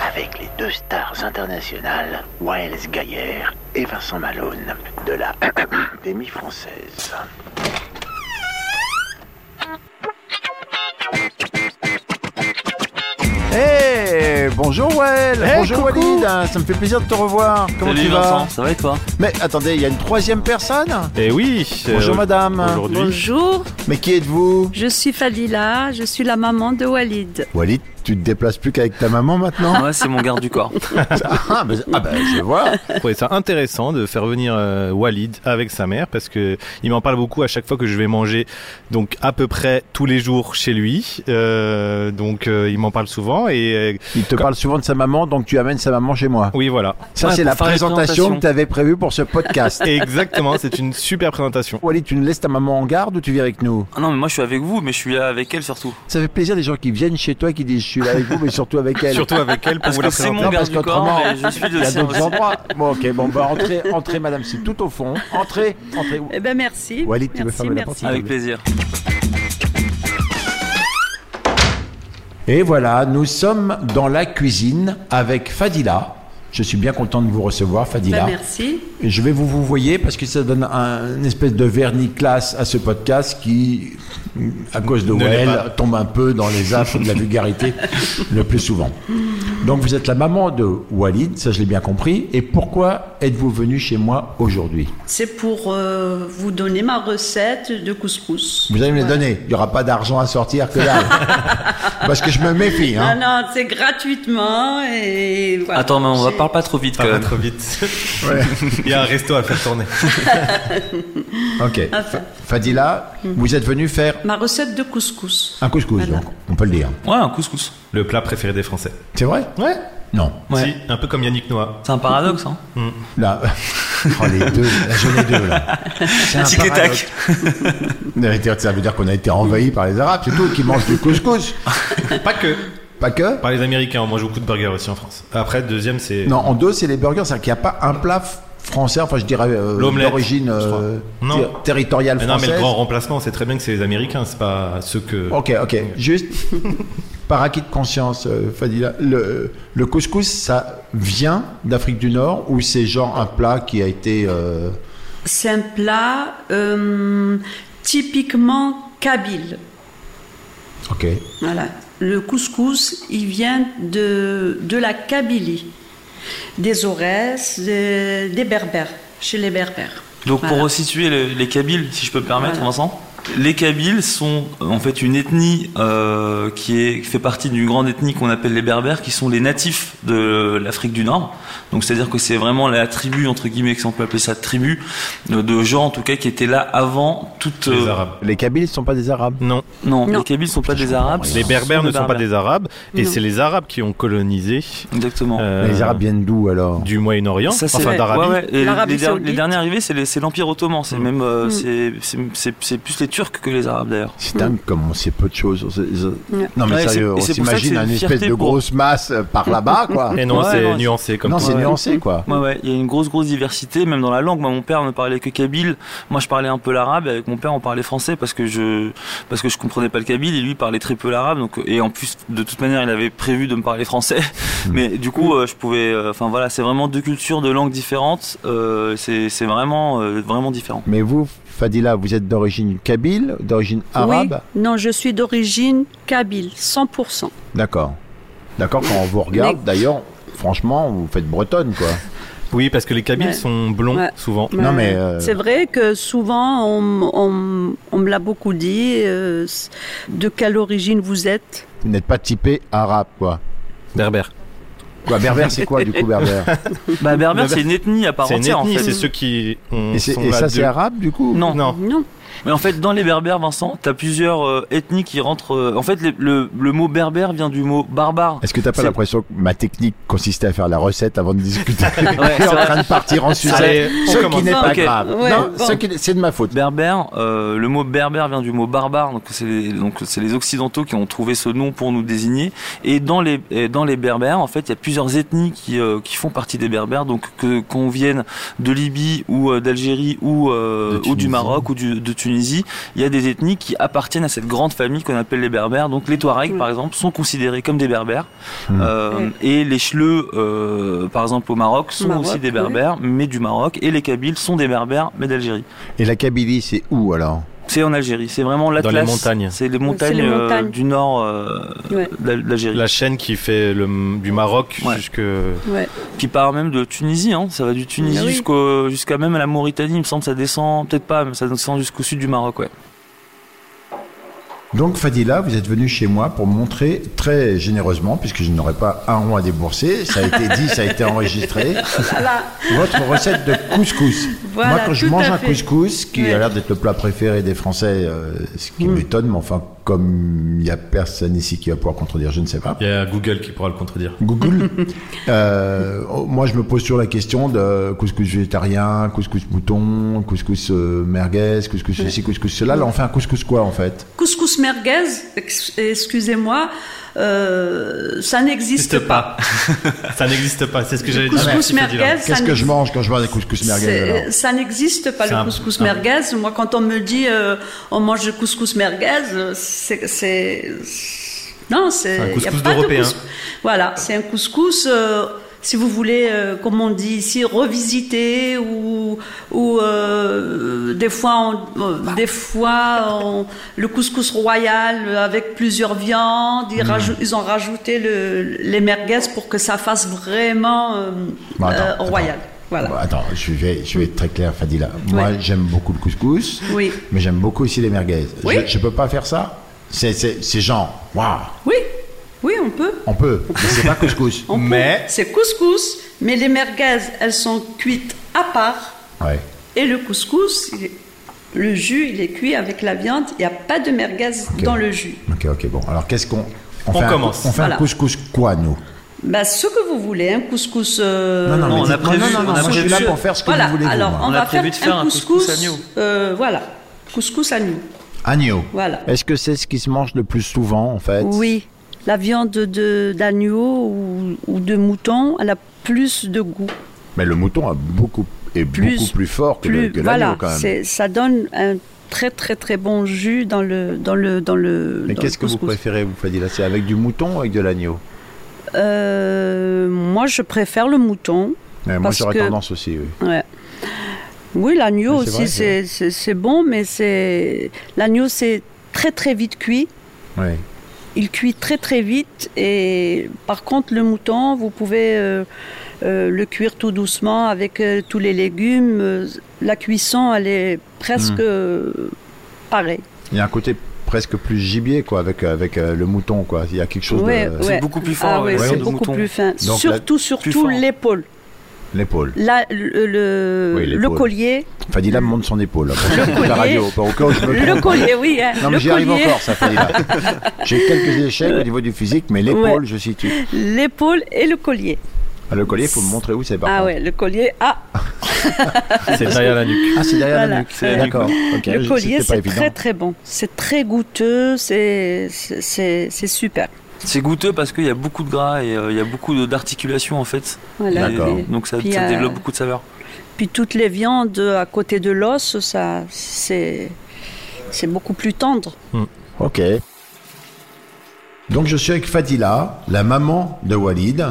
Avec les deux stars internationales, Waels Gaillère et Vincent Malone, de la Académie française. Hey Bonjour Well Hey, Bonjour coucou. Walid Ah, Ça me fait plaisir de te revoir Comment Salut tu vas Vincent, ça va et toi Mais attendez, il y a une troisième personne Eh oui euh, Bonjour madame Aujourd'hui, Bonjour, Mais qui êtes-vous je suis Fadila, je suis la maman de Walid. Walid, tu te déplaces plus qu'avec ta maman maintenant Moi, c'est mon garde du corps. ah, bah, ah bah, je vois je trouvais ça intéressant de faire venir euh, Walid avec sa mère parce que il m'en parle beaucoup à chaque fois que je vais manger, donc à peu près tous les jours chez lui. Euh, donc euh, il m'en parle souvent et euh, Il te parle souvent de sa maman, donc tu amènes sa maman chez moi. oui voilà. Ça, Ouais, c'est pour la faire une présentation présentation. que tu avais prévue pour ce podcast. Exactement, c'est une super présentation. Walid, tu nous laisses ta maman en garde ou tu viens avec nous Ah non, mais moi je suis avec vous, mais je suis là avec elle surtout. Ça fait plaisir des gens qui viennent chez toi et qui disent je suis là avec vous, mais surtout avec elle. Surtout avec elle pour Parce vous que la c'est présenter. mon Non, parce garde du corps, qu'autrement, mais je suis Il le y a sien d'autres aussi. endroits. Bon, ok, bon, bah, entrez, entrez, madame, c'est tout au fond. Entrez, entrez. Eh ben merci. Walid, tu veux merci, fermer la merci. porte Avec plaisir. Et voilà, nous sommes dans la cuisine avec Fadila. Je suis bien content de vous recevoir, Fadila. Ben, merci. Et Je vais vous vous voyez parce que ça donne un, une espèce de vernis classe à ce podcast qui, à cause de Ne l'est Well, pas. tombe un peu dans les affres de la vulgarité le plus souvent. Donc vous êtes la maman de Walid, ça je l'ai bien compris. Et pourquoi êtes-vous venu chez moi aujourd'hui C'est pour euh, vous donner ma recette de couscous. Vous allez me les donner. Il n'y aura pas d'argent à sortir que dalle. parce que je me méfie. Non, Hein. non, c'est gratuitement et voilà. Attends, mais on va C'est- parle pas trop vite quand Pas même. trop vite. Il y a un resto à faire tourner. Ok. Fa- Fadila, vous êtes venu faire Ma recette de couscous. un couscous, Voilà. donc on peut le dire. Ouais, un couscous. Le plat préféré des Français. C'est vrai Ouais. Non. Ouais. Si, un peu comme Yannick Noah. C'est un paradoxe, hein Là, oh, les deux, là, j'en ai deux là. C'est un Tic et paradoxe. tac. Mais Ça veut dire qu'on a été envahi par les Arabes, c'est tout, qui mangent du couscous. Pas que. Pas que. Par les Américains, on mange beaucoup de burgers aussi en France. Après, deuxième, c'est. Non, en deux, c'est les burgers, c'est-à-dire qu'il n'y a pas un plat f- français, enfin je dirais euh, L'omelette, d'origine je crois. euh, Non. ter- territoriale Mais Ah non, mais française. le grand remplacement, c'est très bien que c'est les Américains, c'est pas ceux que. Ok, ok. Juste par acquis de conscience, euh, Fadila, le, le couscous, ça vient d'Afrique du Nord ou c'est genre un plat qui a été. euh, C'est un plat euh, typiquement kabyle. Ok. Voilà. Le couscous, il vient de, de la Kabylie, des Aurès, de- des Berbères, chez les Berbères. Donc pour Voilà. resituer le- les Kabyles, si je peux me permettre, Voilà. Vincent, les Kabyles sont euh, en fait une ethnie euh, qui, est, qui fait partie d'une grande ethnie qu'on appelle les Berbères, qui sont les natifs de l'Afrique du Nord. Donc c'est-à-dire que c'est vraiment la tribu entre guillemets, si on peut appeler ça tribu, euh, de gens en tout cas qui étaient là avant toute. Les euh, Arabes. Les Kabyles ne sont pas des Arabes. Non. Non, Non. les Kabyles sont pas des Arabes. Les ce Berbères ne sont pas Berbères. des Arabes, et Non. c'est les Arabes qui ont colonisé Exactement. euh, Les Arabes viennent d'où alors du Moyen-Orient, Ça, c'est enfin ouais, d'Arabie. Mm. ouais, ouais. Et L'Arabie les, der- Saoudite. Mm. les derniers arrivés, c'est les- c'est l'Empire Ottoman. C'est même, euh, c'est- c'est- c'est c'est plus les Turcs que les Arabes d'ailleurs. C'est dingue comme on sait peu de choses. On sait- Non mais Ouais, c'est- sérieux, et on c'est pour ça que s'imagine c'est une une espèce fierté de pour- grosse masse euh, par là-bas, quoi. Et non, Ouais, c'est non, nuancé comme non, toi. c'est ouais. nuancé, quoi. Ouais, ouais, il y a une grosse, grosse diversité, même dans la langue. Moi, mon père ne parlait que kabyle. Moi, je parlais un peu l'arabe. et Avec mon père, on parlait français parce que je, parce que je comprenais pas le kabyle. Et lui, il parlait très peu l'arabe. Donc, et en plus, de toute manière, il avait prévu de me parler français. Mais du coup, euh, je pouvais, euh, enfin voilà, c'est vraiment deux cultures, deux langues différentes. Euh, c'est, c'est vraiment, euh, vraiment différent. Mais vous, Fadila, vous êtes d'origine kabyle, d'origine arabe Oui. Non, je suis d'origine kabyle, 100%. D'accord. D'accord, quand on vous regarde, Mais- d'ailleurs, franchement, vous faites bretonne, quoi. Oui, parce que les Kabyles Ouais. sont blonds Ouais. souvent. Non, mais, euh, C'est vrai que souvent, on, m- on m- on me l'a beaucoup dit, euh, s- de quelle origine vous êtes Vous n'êtes pas typé arabe, quoi. Berbères. Quoi, berbère, c'est quoi, du coup, berbère Bah, berbère, Berbère, c'est une ethnie à part C'est une entière, en ethnie, c'est fait. ceux qui ont, Et, c'est- sont et là ça, c'est de- arabe, du coup Non. Non. Non. Mais en fait, dans les berbères, Vincent, t'as plusieurs euh, ethnies qui rentrent. euh, en fait, les- le, le mot berbère vient du mot barbare. Est-ce que t'as pas C'est- l'impression que ma technique consistait à faire la recette avant de discuter Ouais, Je c'est suis en vrai. train de partir en Suzette. Allez, on Ce qui commence. n'est pas Ok. grave. Ouais, non, bon. ce qui n'est- c'est de ma faute. Berbère, euh, le mot berbère vient du mot barbare, donc c'est les, donc c'est les occidentaux qui ont trouvé ce nom pour nous désigner. Et dans les et dans les berbères, en fait, il y a plusieurs ethnies qui euh, qui font partie des berbères, donc que qu'on vienne de Libye ou euh, d'Algérie ou De euh, ou Tunisie. du Maroc ou du, de Tunisie, il y a des ethnies qui appartiennent à cette grande famille qu'on appelle les berbères. Donc les Touaregs, Mm. par exemple, sont considérés comme des berbères. Mm. Euh, Et les Chleux, euh, par exemple au Maroc, sont Maroc, aussi des oui. berbères, mais du Maroc. Et les Kabyles sont des berbères, mais d'Algérie. Et la Kabylie, c'est où alors C'est en Algérie, c'est vraiment l'Atlas. les montagnes. C'est les c'est montagnes, les euh, montagnes. du nord euh, Ouais. d'Al- d'Algérie, La chaîne qui fait le, du Maroc Ouais. jusque. Ouais. qui part même de Tunisie. Hein. Ça va du Tunisie Ah oui. jusqu'au- jusqu'à même à la Mauritanie, il me semble. Ça descend peut-être pas, mais ça descend jusqu'au sud du Maroc, ouais. Donc Fadila, vous êtes venu chez moi pour montrer très généreusement, puisque je n'aurais pas un rond à débourser, ça a été dit, ça a été enregistré, Voilà. votre recette de couscous. Voilà, moi quand je tout mange à un fait. couscous, qui Ouais. a l'air d'être le plat préféré des Français, euh, ce qui m'étonne, mais enfin comme il n'y a personne ici qui va pouvoir contredire, je ne sais pas. Il y a Google qui pourra le contredire. Google. Euh, oh, moi, je me pose sur la question de couscous végétarien, couscous mouton, couscous euh, merguez, couscous ceci, couscous cela. Là, on fait un couscous quoi en fait Couscous merguez, ex- excusez-moi, euh, ça n'existe pas. Ah, ça n'existe pas, c'est ce que Le couscous merguez, ça Qu'est-ce que je n'existe- mange quand je mange des couscous merguez c'est- alors Ça n'existe pas C'est un- le couscous un- merguez. Moi, quand on me dit euh, on mange du couscous merguez, euh, c'est- c'est non, c'est C'est un y a couscous pas de d'Européen. couscous. Voilà, c'est un couscous. euh, si vous voulez, euh, comme on dit ici, revisiter ou ou euh, des fois, on, euh, des fois, on- le couscous royal avec plusieurs viandes, Hmm. ils, rajou- ils ont rajouté le- les merguez pour que ça fasse vraiment euh, Bon, attends, euh, attends. royal. Voilà. Bon, Attends, je vais, je vais être très clair, Fadila. Moi, Ouais. j'aime beaucoup le couscous, Oui. mais j'aime beaucoup aussi les merguez. Oui. Je, je peux pas faire ça C'est- C'est c'est genre, waouh, Oui, oui, on peut. on peut, mais c'est pas couscous. On peut. Mais- c'est couscous, mais les merguez, elles sont cuites à part. Ouais. Et le couscous, il est- le jus, il est cuit avec la viande. Il n'y a pas de merguez dans le jus. Ok, ok, bon. Alors, qu'est-ce qu'on. On, On fait un- commence. on fait Voilà. un couscous quoi, nous Bah, ce que vous voulez, un couscous. Non, euh, non, mais on a dites-moi- prévu- non, non, on a moi, je suis là prévu- pour faire ce que voilà. vous voulez. vous, Alors, moi. on, On a va faire prévu de faire un un couscous. couscous agneau. euh, voilà, couscous agneau. Agneau. Voilà. Est-ce que c'est ce qui se mange le plus souvent, en fait Oui, la viande de d'agneau ou, ou de mouton, elle a plus de goût. Mais le mouton a beaucoup, est Plus- beaucoup plus fort que, le- plus, que l'agneau, voilà, quand même. c'est- ça donne un très très très bon jus dans le dans le dans le. Mais dans le qu'est-ce que vous couscous. préférez, vous, Fadila C'est avec du mouton ou avec de l'agneau Euh, Moi, je préfère le mouton. Mais Eh, Moi, Parce j'aurais que- tendance aussi, oui. Ouais. Oui, l'agneau Mais c'est vrai, aussi, c'est c'est- c'est bon, mais c'est l'agneau, c'est très très vite cuit. Oui. Il cuit très très vite et par contre le mouton, vous pouvez euh, euh, le cuire tout doucement avec euh, tous les légumes. Euh, La cuisson, elle est Mmh. presque euh, pareille. Il y a un côté presque plus gibier, quoi, avec, avec euh, le mouton, quoi. Il y a quelque chose Ouais, de... ouais. C'est beaucoup plus fort, Ah ouais, ouais, la c'est viande euh, de beaucoup mouton. plus fin. la- surtout, surtout fort. l'épaule. L'épaule. Là, le, le, Oui, le l'épaule. collier. Fadila me montre son épaule. là, pour faire toute collier. la radio, pas au cas où je me Le trompe. collier, oui. hein, Non, mais le j'y arrive collier. encore, ça, Fadila. J'ai quelques échecs au niveau du physique, mais l'épaule, je situe. L'épaule et le collier. Ah, Le collier, il faut me montrer où c'est, par ah contre. ouais, le collier. Ah, C'est derrière la nuque. Ah, c'est derrière la Voilà. nuque. C'est la nuque. D'accord. ok, le je- collier, c'était pas c'est évident. très très bon. C'est très goûteux, c'est c'est- c'est c'est super. C'est goûteux parce qu'il y a beaucoup de gras et euh, il y a beaucoup de- d'articulation en fait. Voilà. D'accord. Et- Donc ça, Puis, ça euh, développe beaucoup de saveurs. Puis toutes les viandes à côté de l'os, ça c'est c'est beaucoup plus tendre. Ok. Donc je suis avec Fadila, la maman de Walid,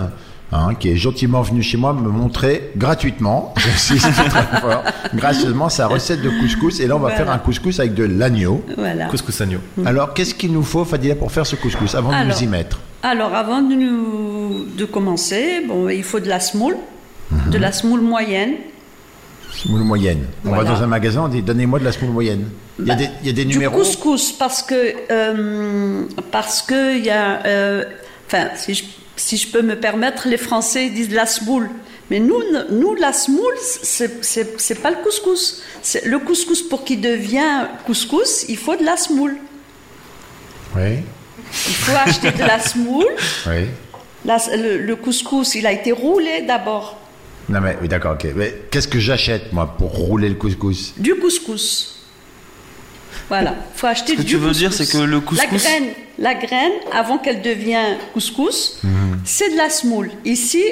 hein, qui est gentiment venue chez moi me montrer gratuitement, j'insiste très fort, gracieusement sa recette de couscous. Et là, on va Voilà. faire un couscous avec de l'agneau. Voilà. Couscous agneau. Alors, qu'est-ce qu'il nous faut, Fadila, pour faire ce couscous avant de Alors. nous y mettre Alors, avant de, nous, de commencer, bon, il faut de la semoule, de Mhm. la semoule moyenne. Semoule moyenne. On Voilà. va dans un magasin, on dit donnez-moi de la semoule moyenne. Il y a Bah, des, il y a des du numéros. couscous parce que euh, parce que il y a euh, enfin si je si je peux me permettre les Français disent la semoule mais nous ne- nous la semoule c'est c'est c'est pas le couscous C'est- le couscous pour qu'il devienne couscous il faut de la semoule Oui, il faut acheter de la semoule oui. La- le, le couscous il a été roulé d'abord Non mais oui d'accord ok. Mais qu'est-ce que j'achète moi pour rouler le couscous du couscous voilà, faut acheter Ce que du tu veux dire, couscous. c'est que le couscous- La graine, la graine, avant qu'elle devienne couscous, Mhm. c'est de la semoule. Ici,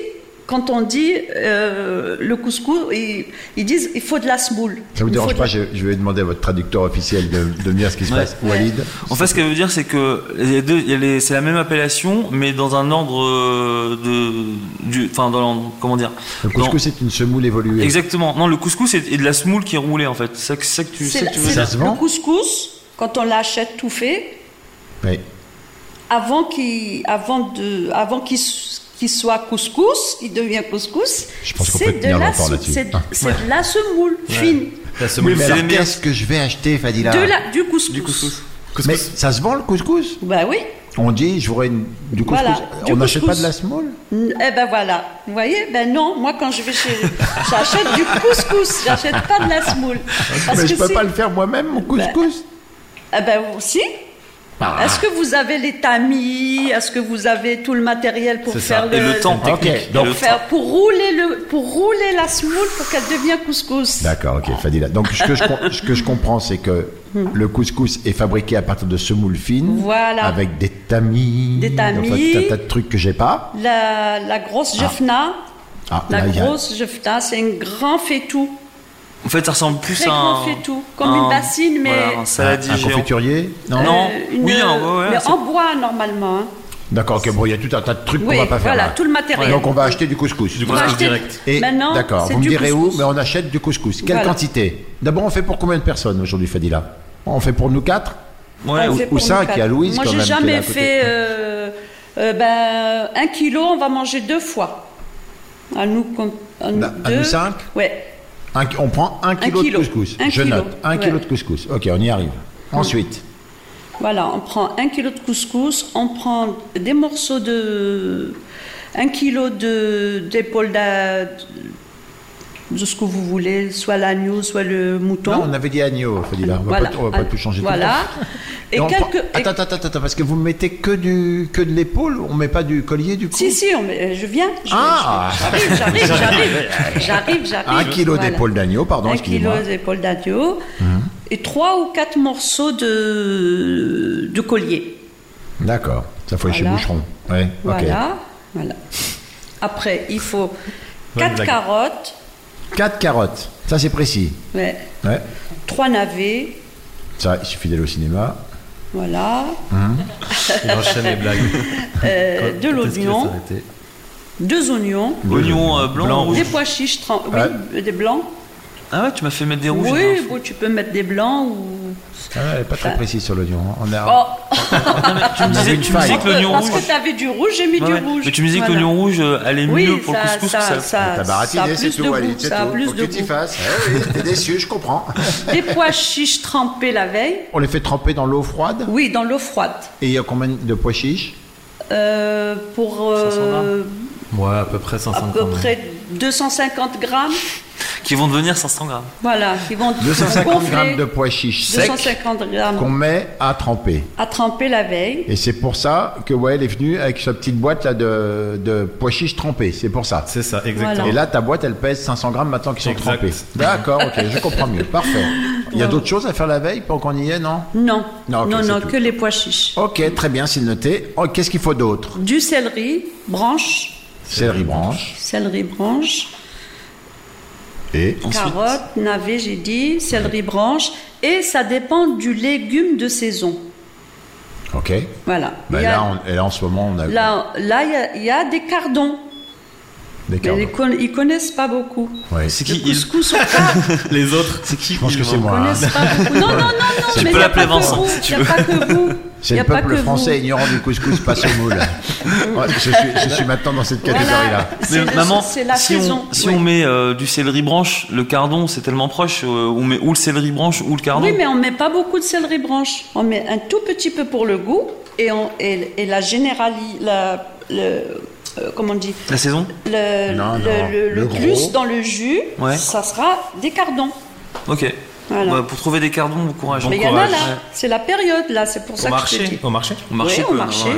quand on dit euh, le couscous, ils, ils disent il faut de la semoule. Ça vous Il dérange faut de- pas je, je vais demander à votre traducteur officiel de, de me dire ce qui se Ouais. passe. Walid. En fait, ce qu'elle veut dire, c'est que les deux- il y a les- c'est la même appellation, mais dans un ordre euh, de, du, enfin, dans l'ordre- comment dire. Le couscous c'est une semoule évoluée. Dans- exactement. Non, le couscous c'est et de la semoule qui est roulée en fait. C'est ça que, c'est ça que tu, C'est c'est la- que tu veux c'est dire. Ça se vend le couscous, quand on l'achète tout fait, Oui. avant qu'il avant de, avant qu'il s- qu'il soit couscous, il devient couscous. Je pense qu'on c'est peut de tenir la longtemps sou- là-dessus. C'est Ah. c'est de la semoule fine, La Oui, semoule, mais c'est alors les meilleurs. qu'est-ce que je vais acheter Fadila de la, du couscous. Du couscous. couscous. Mais ça se vend le couscous Ben oui. On dit je voudrais une- du couscous. Voilà, du on n'achète couscous. pas de la semoule Mm, Eh ben voilà, vous voyez, ben non, moi quand je vais chez, j'achète du couscous, j'achète pas de la semoule. Parce Mais je que Bah. peux si- pas le faire moi-même mon couscous. Eh ben si. Bah. Est-ce que vous avez les tamis Est-ce que vous avez tout le matériel pour C'est faire ça. le, Et le temps Ok, technique. Et donc- le pour faire- pour rouler le, pour rouler la semoule pour qu'elle devienne couscous. D'accord, ok, Fadila. Donc ce que je, com- ce que je comprends, c'est que le couscous est fabriqué à partir de semoule fine, Hmm. Voilà. avec des tamis, Des tamis. enfin, tout un tas de trucs que j'ai pas. La, la grosse jefna, Ah, la là, il y a- grosse jefna, c'est un grand faitout, En fait, ça ressemble plus Très à grand un faitout, comme une bassine, mais- voilà, un saladier un géant. confiturier Non. Non. Oui, hein, ouais, ouais, Euh, mais c'est- en bois normalement. hein. D'accord, ok, bon, il y a tout un tas de trucs Oui, qu'on va pas faire. voilà, là. tout le matériel. Donc on va acheter du couscous. On couscous va acheter- direct. Et Maintenant, d'accord, c'est vous me du direz où, couscous. mais on achète du couscous. Quelle Voilà. quantité D'abord, on fait pour combien de personnes aujourd'hui, Fadila On fait pour nous quatre Ouais, On ou- fait ou pour ça, nous qui quatre. a Louise, Moi, quand j'ai même, qui est là jamais à côté. fait euh, euh, ben, un kilo, on va manger deux fois. À nous, com- à nous Na- Bah, à deux. nous cinq Ouais. Un- On prend un kilo, kilo. de couscous. Un je kilo, note. Un ouais. kilo de couscous. Ok, on y arrive. Ensuite, Voilà, on prend un kilo de couscous, on prend des morceaux de. un kilo de- d'épaule d'a- de ce que vous voulez, soit l'agneau, soit le mouton. non, on avait dit agneau, Fadila. On va voilà. Ah, pas, tout- on va pas tout changer. tout le Voilà. temps. Et, on prend- quelques. et- Attends, attends, attends, attends, parce que vous mettez que du que de l'épaule, on met pas du collier du coup. Si, si, on met- euh, je viens. je- Ah. je- J'arrive, j'arrive, j'arrive. J'arrive, j'arrive. Un kilo Voilà. d'épaule d'agneau, pardon, un kilo excusez-moi. Mhm. d'épaule d'agneau et trois ou quatre morceaux de, de collier. D'accord, ça faut aller Voilà. chez Boucheron. Ouais, Voilà, voilà. Après, il faut quatre blague. carottes, ok. Quatre carottes, ça c'est précis. ouais, Ouais. trois navets, Ça, il suffit d'aller au cinéma. voilà, il enchaîne les blagues. euh, de l'oignon, deux oignons, Oignon euh, blanc, Blanc, rouge. des pois chiches, tran- Euh, oui, des blancs. Ah ouais, tu m'as fait mettre des rouges. Oui, hein. bon, tu peux mettre des blancs ou. Ah, elle est pas très précise sur l'oignon. hein. On a... Oh, Tu me disais, tu me disais que l'oignon parce rouge. que tu avais du rouge, j'ai mis Ouais, du ouais. rouge. Mais tu me disais que Voilà. l'oignon rouge euh, allait Oui, mieux pour le couscous ça, que ça, ça. ça, T'as ça a baratiné, c'est plus tout, de Walid, goût, c'est ça a tout. plus Faut de que tu goût. fasses. Eh oui, t'es déçu, je comprends. Des pois chiches trempés la veille. On les fait tremper dans l'eau froide. Oui, dans l'eau froide. Et il y a combien de pois chiches Euh, pour euh, 500 grammes. Ouais, à peu près à 150. peu près 250 grammes. Qui vont devenir 500 grammes. Voilà, ils vont 250 gonfler. grammes de pois chiches secs 250 grammes qu'on met à tremper. à tremper la veille. Et c'est pour ça que Wael est venu avec sa petite boîte là de, de pois chiches trempés. C'est pour ça. C'est ça, exactement. Voilà. Et là, ta boîte, elle pèse 500 grammes maintenant qu'ils sont Exact. trempés. D'accord, ok, je comprends mieux. Parfait. Il y a d'autres choses à faire la veille pour qu'on y est, non Non, Non, ok, non, c'est non, tout. que les pois chiches. Ok, très bien, c'est noté. Oh, Qu'est-ce qu'il faut d'autre Du céleri, branche, Céleri branche. céleri branche, Et carottes, navets, j'ai dit, céleri branche, et ça dépend du légume de saison. Ok. Voilà. Bah, Ben Il y a- là, on- et là, en ce moment, on a Là, là, il y a- il y, a des cardons. des Mais cartes. ils, con- ils connaissent pas beaucoup. Ouais. C'est Le qui il couscous au card, Les autres, C'est qui Je pense que c'est ils moi. hein. connaissent pas beaucoup. Non, non, non, non. mais Tu peux il y a l'appeler pas que Vincent, vous, si tu il y a pas que vous. C'est Y le a pas peuple que français vous. ignorant du couscous passe au moule. Ouais, je, suis, je suis maintenant dans cette catégorie-là. Voilà, c'est Mais la- maman, c'est la si, saison. on, si Oui. on met euh, du céleri branche, le cardon, c'est tellement proche. euh, on met ou le céleri branche ou le cardon. Oui, mais on met pas beaucoup de céleri branche. On met un tout petit peu pour le goût et, on, et, et la générali, la, le, euh, comment on dit, La saison le, Non, non, le, le le- le gros. plus dans le jus, Ouais. ça sera des cardons. Ok. Voilà. Bah, pour trouver des cardons, bon courage. mais il y en a là, c'est la période là, c'est pour ça marché. que je t'ai dit. Au marché On marchait Ouais, peu, au marché. ouais.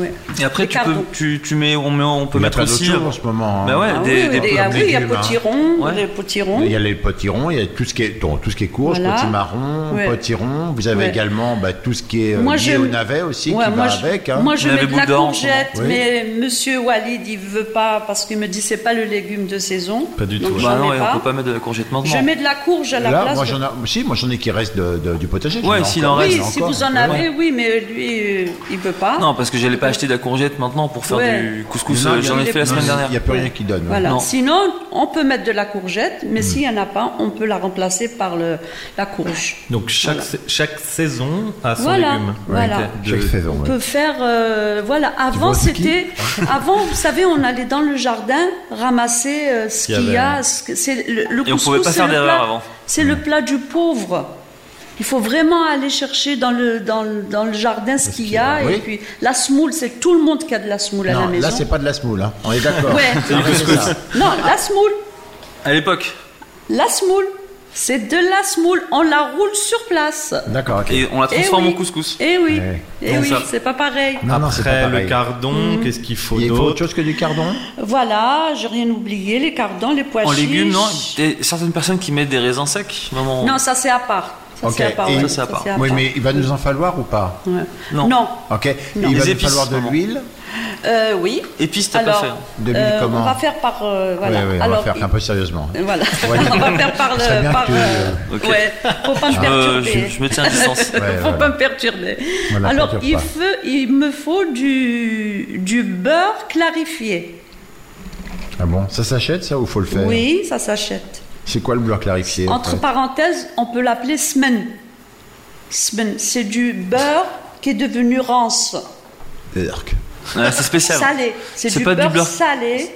ouais. Et après, Des tu, peux, cardons. tu, tu mets, on, met, on peut Il y a mettre plein d'autres aussi. choses en ce moment, hein. Bah ouais, Ah des, oui, des- oui, des- des ah oui, il y a légumes, hein. potiron, Ouais. des potirons. Il y a les potirons, il y a tout ce qui est, bon, tout ce qui est courge, Voilà. potimarron, Ouais. potiron. Vous avez Ouais. également bah, tout ce qui est euh, Moi, lié je- au navet aussi Ouais, qui moi, va je, avec. hein. Moi, je Mais mets les de la boules d'or, en ce courgette, moment. Oui. mais Monsieur Walid, il veut pas parce qu'il me dit c'est pas le légume de saison. Pas du Donc tout, ouais. Bah j'en non, mets et pas. on peut pas mettre de la courgette maintenant. Je mets de la courge à la Là, place. moi de- j'en ai, si, moi j'en ai qui reste de- de- du potager. Ouais, j'en ai s'il encore, en reste, j'en Oui, ai si encore. vous en avez, oui, mais lui, euh, il veut pas. Non, parce que j'allais pas acheter de la courgette maintenant pour faire Ouais. du couscous. Non, euh, il y a- J'en ai fait la non, semaine Il n'y a dernière. plus rien qui donne. hein. ouais. Voilà. Non. Sinon, on peut mettre de la courgette, mais s'il y en a pas, on peut la remplacer par le, la courge. Donc chaque, sa- chaque saison a son Voilà, légume. voilà. Ok. Chaque De- saison, On ouais. peut faire, euh, voilà. Avant vois, c'est qui c'était, avant, vous savez, on allait dans le jardin ramasser euh, ce Il y qu'il y, avait- a. ce que- c'est le, le Et on couscous, pouvait pas c'est faire le d'erreur plat- avant. C'est le plat du pauvre. Il faut vraiment aller chercher dans le dans, le- dans le jardin ce qu'il y a oui. et puis la semoule, c'est tout le monde qui a de la semoule à la Non, maison. là c'est pas de la semoule, hein. on est d'accord. Ouais. C'est du couscous. Non, la semoule. À l'époque. La semoule. C'est de la semoule. On la roule sur place. D'accord, ok. Et on la Eh transforme oui. en couscous. Eh oui. Ouais. Eh Donc oui, ça- c'est pas pareil. Non, non, c'est pas Après le pareil. cardon, Mhm. qu'est-ce qu'il faut Il faut autre d'autre chose que du cardon Voilà, j'ai rien oublié. Les cardans, les pois En chiches. légumes, non Et Certaines personnes qui mettent des raisins secs. Maman. Non, ça c'est à part. Ça Ok, c'est à part. et- ouais, Ça, c'est à part. c'est Oui, mais il va nous en falloir ou pas Ouais. Non. Non. Ok. Non. Il va Les nous falloir épices, de maman. l'huile. Euh, oui. Épices, t'as pas Alors, fait, hein. De l'huile, euh, comment on va faire par. euh, voilà. Oui, oui, on Alors, Euh, va faire un peu sérieusement. Voilà. Ouais. on va faire par Ce serait bien le. Par, que- euh, Ok. Ouais. Faut pas me Euh, perturber. je, je me tiens à distance. Ouais, faut voilà. pas me perturber. Voilà, Alors, perturbe il, pas. faut- il me faut du, du beurre clarifié. Ah bon Ça s'achète ça ou faut le faire Oui, ça s'achète. C'est quoi le beurre clarifié en Entre fait parenthèses, on peut l'appeler semaine. Semaine, c'est du beurre qui est devenu rance. Beurre. Ouais, c'est spécial. Salé. C'est C'est du, pas du beurre beurre. salé.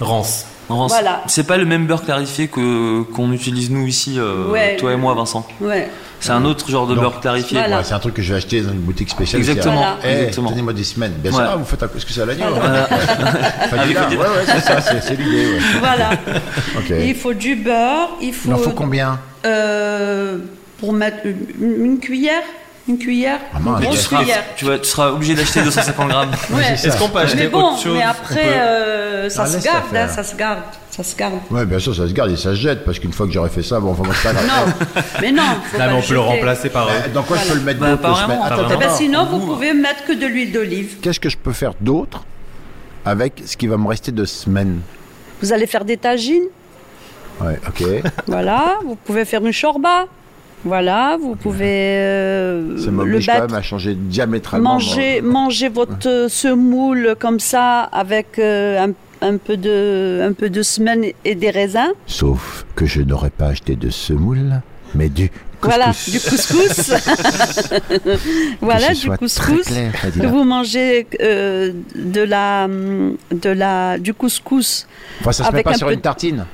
Rance. Laurence, Voilà. C'est pas le même beurre clarifié que qu'on utilise nous ici, euh, Ouais. toi et moi, Vincent. Ouais. C'est un autre genre de Donc, beurre clarifié. Voilà. Ouais, c'est un truc que je vais acheter dans une boutique spéciale. Exactement, c'est-à-dire, Voilà. Eh, exactement. Donnez-moi des semaines. Bien Ouais. sûr, ah, vous faites un couscous à l'agneau. Voilà. Enfin, dis là, des- ouais, ouais, c'est ça, c'est c'est l'idée. ouais. Voilà. Ok. Il faut du beurre. Il faut. Il en faut combien euh, Pour mettre une, une cuillère. Une cuillère. Ah, mince, une Tu grosse seras, cuillère. tu, vas- tu seras obligé d'acheter 250 grammes. Ouais. c'est ça. Est-ce qu'on peut acheter mais bon, autre chose mais On peut- après, euh, ça Ah, se laisse ça garde, faire. hein, ça se garde, ça se garde. Ouais, bien sûr, ça se garde et ça se jette parce qu'une fois que j'aurais fait ça, bon, enfin, moi, c'est pas grave. Non, mais non. faut Non, mais pas on peut le jeter. remplacer hein. par. Euh, Dans quoi je peux le mettre Bah, d'autre pas que je vraiment, mets- pas Attends, Eh vraiment. ben, attends. sinon, vous Ouh. pouvez mettre que de l'huile d'olive. Qu'est-ce que je peux faire d'autre avec ce qui va me rester de semaine Vous allez faire des tagines, Ouais, ok. voilà. Vous pouvez faire une chorba, voilà. Vous pouvez euh, Ça le m'oblige quand battre. même à changer diamétralement. Manger, manger votre euh, semoule comme ça avec euh, un, un peu de, un peu de semaine et des raisins. Sauf que je n'aurais pas acheté de semoule, mais du couscous. Voilà, du couscous. voilà, Que ce du soit très couscous. clair, Que Fadila. vous mangez euh, de la, de la, du couscous. Enfin, ça se met avec pas un sur peu une tartine.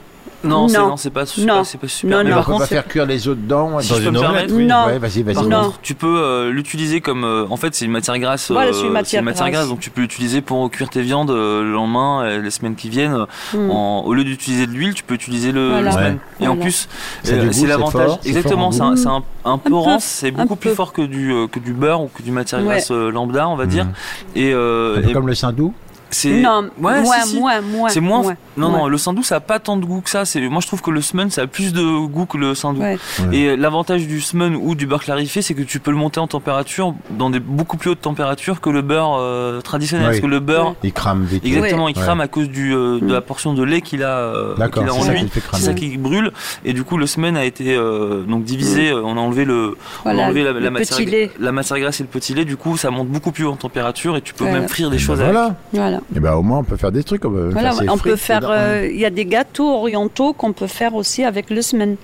Non, c'est- Non. non, c'est pas, c'est Non. pas- c'est pas super. Non, Mais non. par on contre, va faire cuire les œufs dedans. eh ouais, si Dans je peux une me omelette, permettre, oui. Non. Ouais, vas-y, vas-y. Par Non. contre, tu peux euh, l'utiliser comme. euh, en fait, c'est une matière grasse. Voilà, euh, c'est une matière grasse. donc tu peux l'utiliser pour cuire tes viandes euh, le lendemain, et les semaines qui viennent. Hmm. En- au lieu d'utiliser de l'huile, tu peux utiliser le, Voilà. le semaine. Ouais. Et en Voilà. plus, Ça a euh, du goût, c'est c'est l'avantage. fort, c'est Exactement, c'est fort un, en c'est un, un peu peu, rance, c'est beaucoup plus peu. fort que du, euh, que du beurre ou que du matière Ouais. grasse euh, lambda, on va dire. Mm. Et, euh, Un peu et comme le saindoux. c'est. Non, ouais, moins, si, si. moins, moins. C'est moins. moins, non, non, moins. le sandou, ça a pas tant de goût que ça. C'est, moi, je trouve que le semen, ça a plus de goût que le sandou. Ouais. Ouais. Et euh, l'avantage du semen ou du beurre clarifié, c'est que tu peux le monter en température dans des beaucoup plus hautes températures que le beurre euh, traditionnel. Oui. Parce que le beurre, Il crame vite. exactement, il Ouais. crame à cause du, euh, de la portion de lait qu'il a, euh, D'accord, qu'il a c'est en ça lui. qui le fait C'est ça cramer. qui brûle. Et du coup, le semen a été euh, donc Mm. divisé. euh, On a enlevé le, on a Voilà, enlevé la, le la petit matière, lait. la matière grasse et le petit lait. Du coup, ça monte beaucoup plus haut en température et tu peux Voilà. même frire des Ben choses. avec. Voilà. Voilà. Et ben au moins on peut faire des trucs. On peut Voilà, faire, ses on peut frites faire. dedans. euh, Il y a des gâteaux orientaux qu'on peut faire aussi avec le semaine.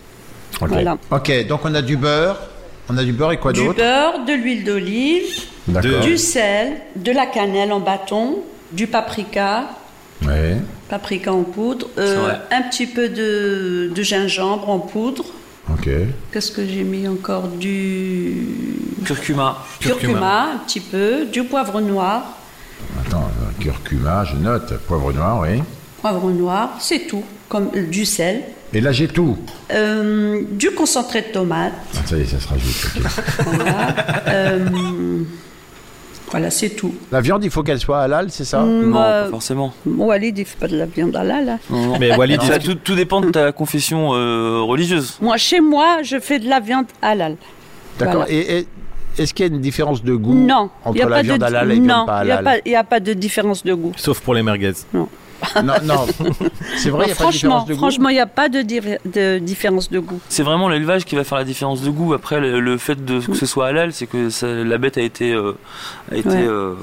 Ok. voilà. Ok, donc on a du beurre, On a du beurre et quoi du d'autre beurre, de l'huile d'olive, D'accord. du sel, de la cannelle en bâton, du paprika, Ouais. paprika en poudre, euh, C'est vrai. un petit peu de, de gingembre en poudre. Ok. Qu'est-ce que j'ai mis encore Du Curcuma. curcuma. un petit peu, du poivre noir, Attends, euh, curcuma, je note. Poivre noir, oui. poivre noir, c'est tout, comme euh, du sel, Et là, j'ai tout. Euh, du concentré de tomate. Ah, ça y est, ça se rajoute. ok. Voilà, Euh, voilà, c'est tout. La viande, il faut qu'elle soit halal, c'est ça Non, euh, pas forcément. Bon, Walid, il fait pas de la viande halal. hein. Non, non. Mais Walid, Alors, ça, tout, tout dépend de ta confession euh, religieuse. Moi, chez moi, je fais de la viande halal. D'accord. Voilà. Et, et est-ce qu'il y a une différence de goût Non, entre y a la pas viande de, halal et la non, viande pas y a halal pas- y a pas de différence de goût. Sauf pour les merguez. Non, non. C'est vrai, il n'y Non, a pas de franchement, différence de goût. franchement, il n'y a pas de, dir- de différence de goût. C'est vraiment l'élevage qui va faire la différence de goût. Après, le, le fait de, que ce soit halal, c'est que ça- la bête a été. euh, a été Ouais. euh,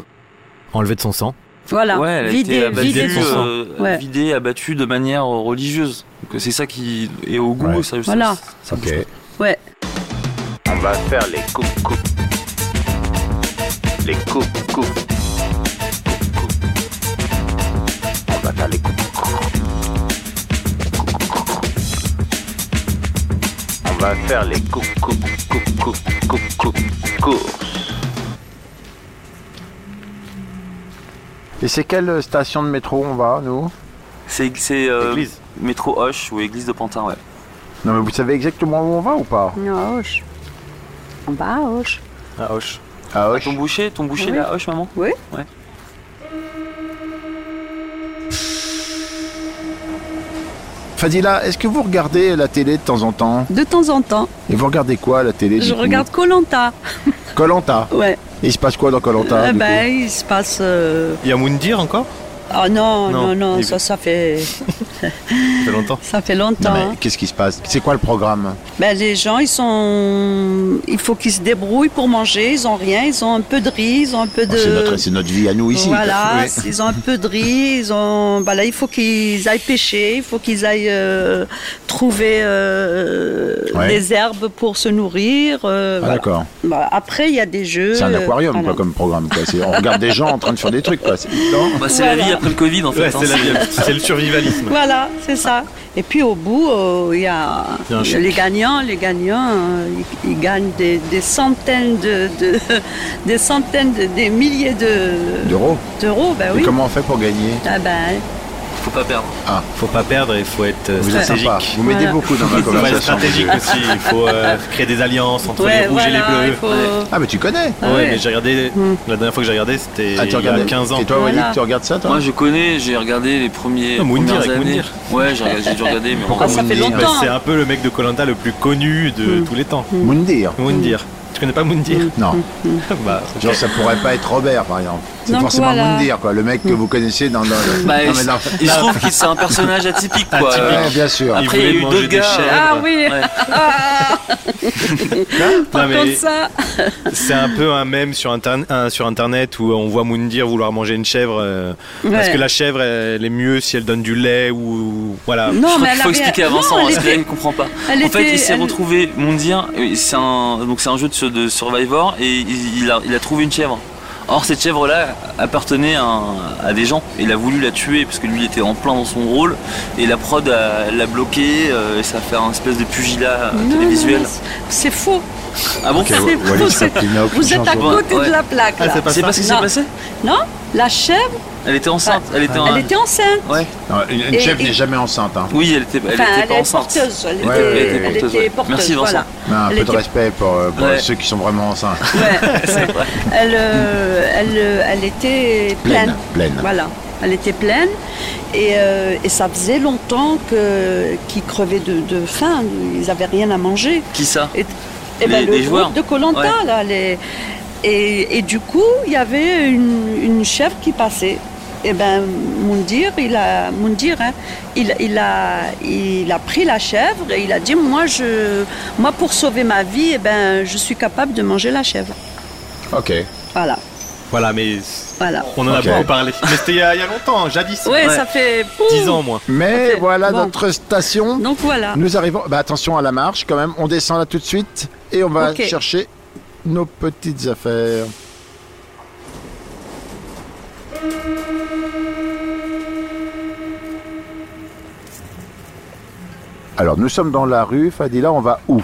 Enlevé de son sang. Voilà, ouais, elle a vidé, été vidé abattue, de son sang. euh, Ouais. vidée, abattue de manière religieuse. Donc, C'est ça qui est au goût. Ouais. Ça, ça- Voilà. ça bouge Ok. Ouais. On va faire les coupes coupes. Les coupes coupes. Coupes, coupes. On va faire les coupes coupes. Coupes, coupes. On va faire les coupes coupes coupes coupes coupes coupes courses. Et c'est quelle station de métro on va, nous C'est c'est, euh, Église. métro Hoche ou église de Pantin, ouais. Non, mais vous savez exactement où on va ou pas Non, hoche. On va à Auch. Ah, Hoche. À Hoche. Ton boucher, ton boucher Oui. là, Hoche, maman Oui. Ouais. Fadila, est-ce que vous regardez la télé de temps en temps De temps en temps, Et vous regardez quoi à la télé je regarde Colanta. Colanta. Ouais. Il se passe quoi dans Colanta Eh ben, il se passe. euh, Il y a Moundir encore Ah non, Non, non, non, il- ça, ça fait, Ça fait longtemps. ça fait longtemps. hein. Qu'est-ce qui se passe C'est quoi le programme Ben, les gens, ils sont, il faut qu'ils se débrouillent pour manger. Ils ont rien, ils ont un peu de riz, ils ont un peu de. Ah, Oh, C'est notre, c'est notre vie à nous ici. Voilà, Oui. ils ont un peu de riz, ils ont. Bah là, il faut qu'ils aillent pêcher, il faut qu'ils aillent euh, trouver euh, Ouais. des herbes pour se nourrir. euh, Ah, voilà. D'accord. Bah, après, il y a des jeux. C'est un euh, aquarium voilà. quoi, comme programme. Quoi. C'est- On regarde des gens en train de faire des trucs. Quoi. C'est- non Bah, c'est la Voilà. vie après le Covid, en fait. Ouais, hein. c'est la vie. C'est le survivalisme. Voilà, c'est ça. Et puis au bout, euh, il y a Il y a un chèque. les gagnants, les gagnants, euh, ils, ils gagnent des, des centaines de, de- des centaines de- des milliers de D'euros. d'euros, ben Et oui. comment on fait pour gagner Ah ben, Faut pas perdre. Faut pas perdre et faut être euh, Vous êtes stratégique. sympa. Vous m'aidez Voilà. beaucoup dans ma Il faut être conversation. stratégique aussi. Il faut euh, créer des alliances entre les ouais, rouges et les voilà, bleus. il faut. Ah, mais tu connais Ah ouais, ouais. Mhm. mais j'ai regardé. La dernière fois que j'ai regardé, c'était Ah, il tu y a regardes 15 ans. Et toi, Walid, Voilà. tu regardes ça, toi Moi, je connais, j'ai regardé les premiers. Ah, Moundir premières avec années. Moundir. Ouais, j'ai regardé- j'ai dû regarder, mais Ah, ça fait Moundir Bah, longtemps. Mhm. c'est un peu le mec de Colanta le plus connu de tous les temps. Moundir. Moundir. Tu connais pas Moundir Non, Mhm. Bah, genre ça pourrait pas être Robert par exemple. C'est Hmm. Donc, forcément voilà. Hmm. Moundir, quoi, le mec que vous connaissez dans. dans le... Bah, non, il, mais non. il se trouve que c'est un personnage atypique, quoi. Atypique. Euh, Ouais, bien sûr. Après, il y a voulait eu manger d'autres des gars. chèvres. Ah oui, Ouais. ah, pas Non, comme mais- ça. C'est un peu un mème sur, interne- un- sur internet où on voit Moundir vouloir manger une chèvre euh, parce Ouais. que la chèvre elle est mieux si elle donne du lait ou voilà. Non, Je mais crois qu'il elle faut avait- expliquer à non, Vincent, elle hein, parce était- que là, il ne comprend pas. elle en fait, était- il s'est elle- retrouvé, Mondir, euh, c'est un, donc c'est un jeu de, sur- de Survivor, et il, il a, il a trouvé une chèvre. Or, cette chèvre-là appartenait à, un- à des gens. Il a voulu la tuer parce que lui il était en plein dans son rôle. Et la prod a- l'a bloqué. euh, et ça a fait un espèce de pugilat euh, Non, télévisuel. non, c'est faux. Ah bon Ok, C'est Walid, faux, je crois c'est- qu'il n'a aucune Vous êtes chance à de- voir. côté Ouais. de la plaque. Ah, là. c'est pas C'est ça. pas ce qui s'est Non. passé Non, la chèvre, Elle était enceinte. Elle était, en- elle était enceinte. Ouais. Non, Une, une Et- chef et- Hmm. n'est jamais enceinte. Hein. Oui, elle était, elle Enfin, était elle pas est enceinte. porteuse. Elle, Ouais, était, elle était elle porteuse, était ouais. porteuse, Merci, Vincent. Voilà. Non, un Elle peu de était- respect pour, euh, pour Ouais. ceux qui sont vraiment enceintes. Ouais, ouais. Elle, euh, elle, euh, elle était Pleine, pleine. pleine. Voilà. Elle était pleine et, euh, et ça faisait longtemps que- qu'ils crevaient de, de faim. Ils n'avaient rien à manger. Qui ça Et, et Les- ben, le les joueurs. groupe de Colanta Ouais. là, les- et, et du coup, il y avait une, une chèvre qui passait. Et ben Moundir, il a Moundir, hein, il, il a il a pris la chèvre et il a dit moi je moi pour sauver ma vie, et ben je suis capable de manger la chèvre. Ok. Voilà, Voilà, mais voilà. on en Ok. a beaucoup parlé. Mais c'était il y, a il y a longtemps, hein, jadis. Ouais, Ouais. ça fait 10 ans moi. Mais Ok, voilà bon. notre station. Donc voilà. Nous arrivons. Bah, attention à la marche quand même. On descend là tout de suite. et on va Ok. chercher nos petites affaires. Alors, nous sommes dans la rue, Fadila, on va où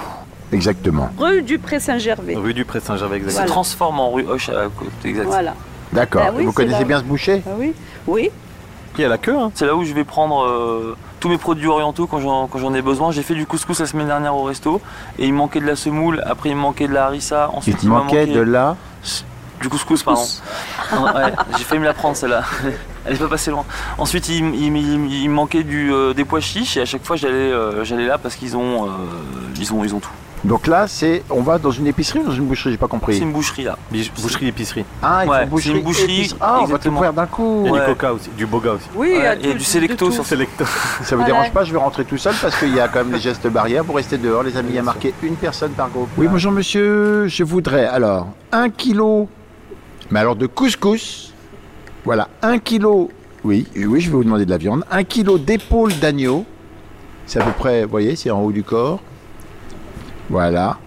exactement Rue du Pré Saint-Gervais. Rue du Pré Saint-Gervais, Ça exactement. se Voilà. transforme en rue Hoche à côté, exact. Voilà. D'accord. Bah oui, Vous c'est connaissez là. bien ce boucher Ah oui, oui. Il y a la queue, hein. C'est là où je vais prendre euh, tous mes produits orientaux quand j'en, quand j'en ai besoin. J'ai fait du couscous la semaine dernière au resto et il me manquait de la semoule, après il me manquait de la harissa, Il ensuite te il m'a manquait manqué de là. du couscous, pardon. Ouais, j'ai failli me la prendre celle-là. Elle est pas passée loin. Ensuite, il, m- il m- il m- il me manquait du, euh, des pois chiches et à chaque fois j'allais, euh, j'allais là parce qu'ils ont, euh, ils ont, ils ont tout. Donc là, c'est, on va dans une épicerie ou dans une boucherie J'ai pas compris. C'est une boucherie là. Bige- Boucherie, épicerie. Ah, ils Ouais, font c'est une boucherie, boucherie, épicerie. Ah, on va tout exactement. faire d'un coup. Et Ouais. du coca aussi, du boga aussi. Oui, Ouais, il y a du Selecto tout. sur Selecto. Ça vous Voilà. dérange pas, je vais rentrer tout seul parce qu'il y a quand même les gestes barrières. Vous restez dehors, les amis. Il y a marqué une personne par groupe. Oui, bonjour monsieur. Je voudrais alors un kilo. Mais alors de couscous. Voilà, un kilo. Oui, oui, je vais vous demander de la viande. Un kilo d'épaule d'agneau. C'est à peu près, vous voyez, c'est en haut du corps. Voilà.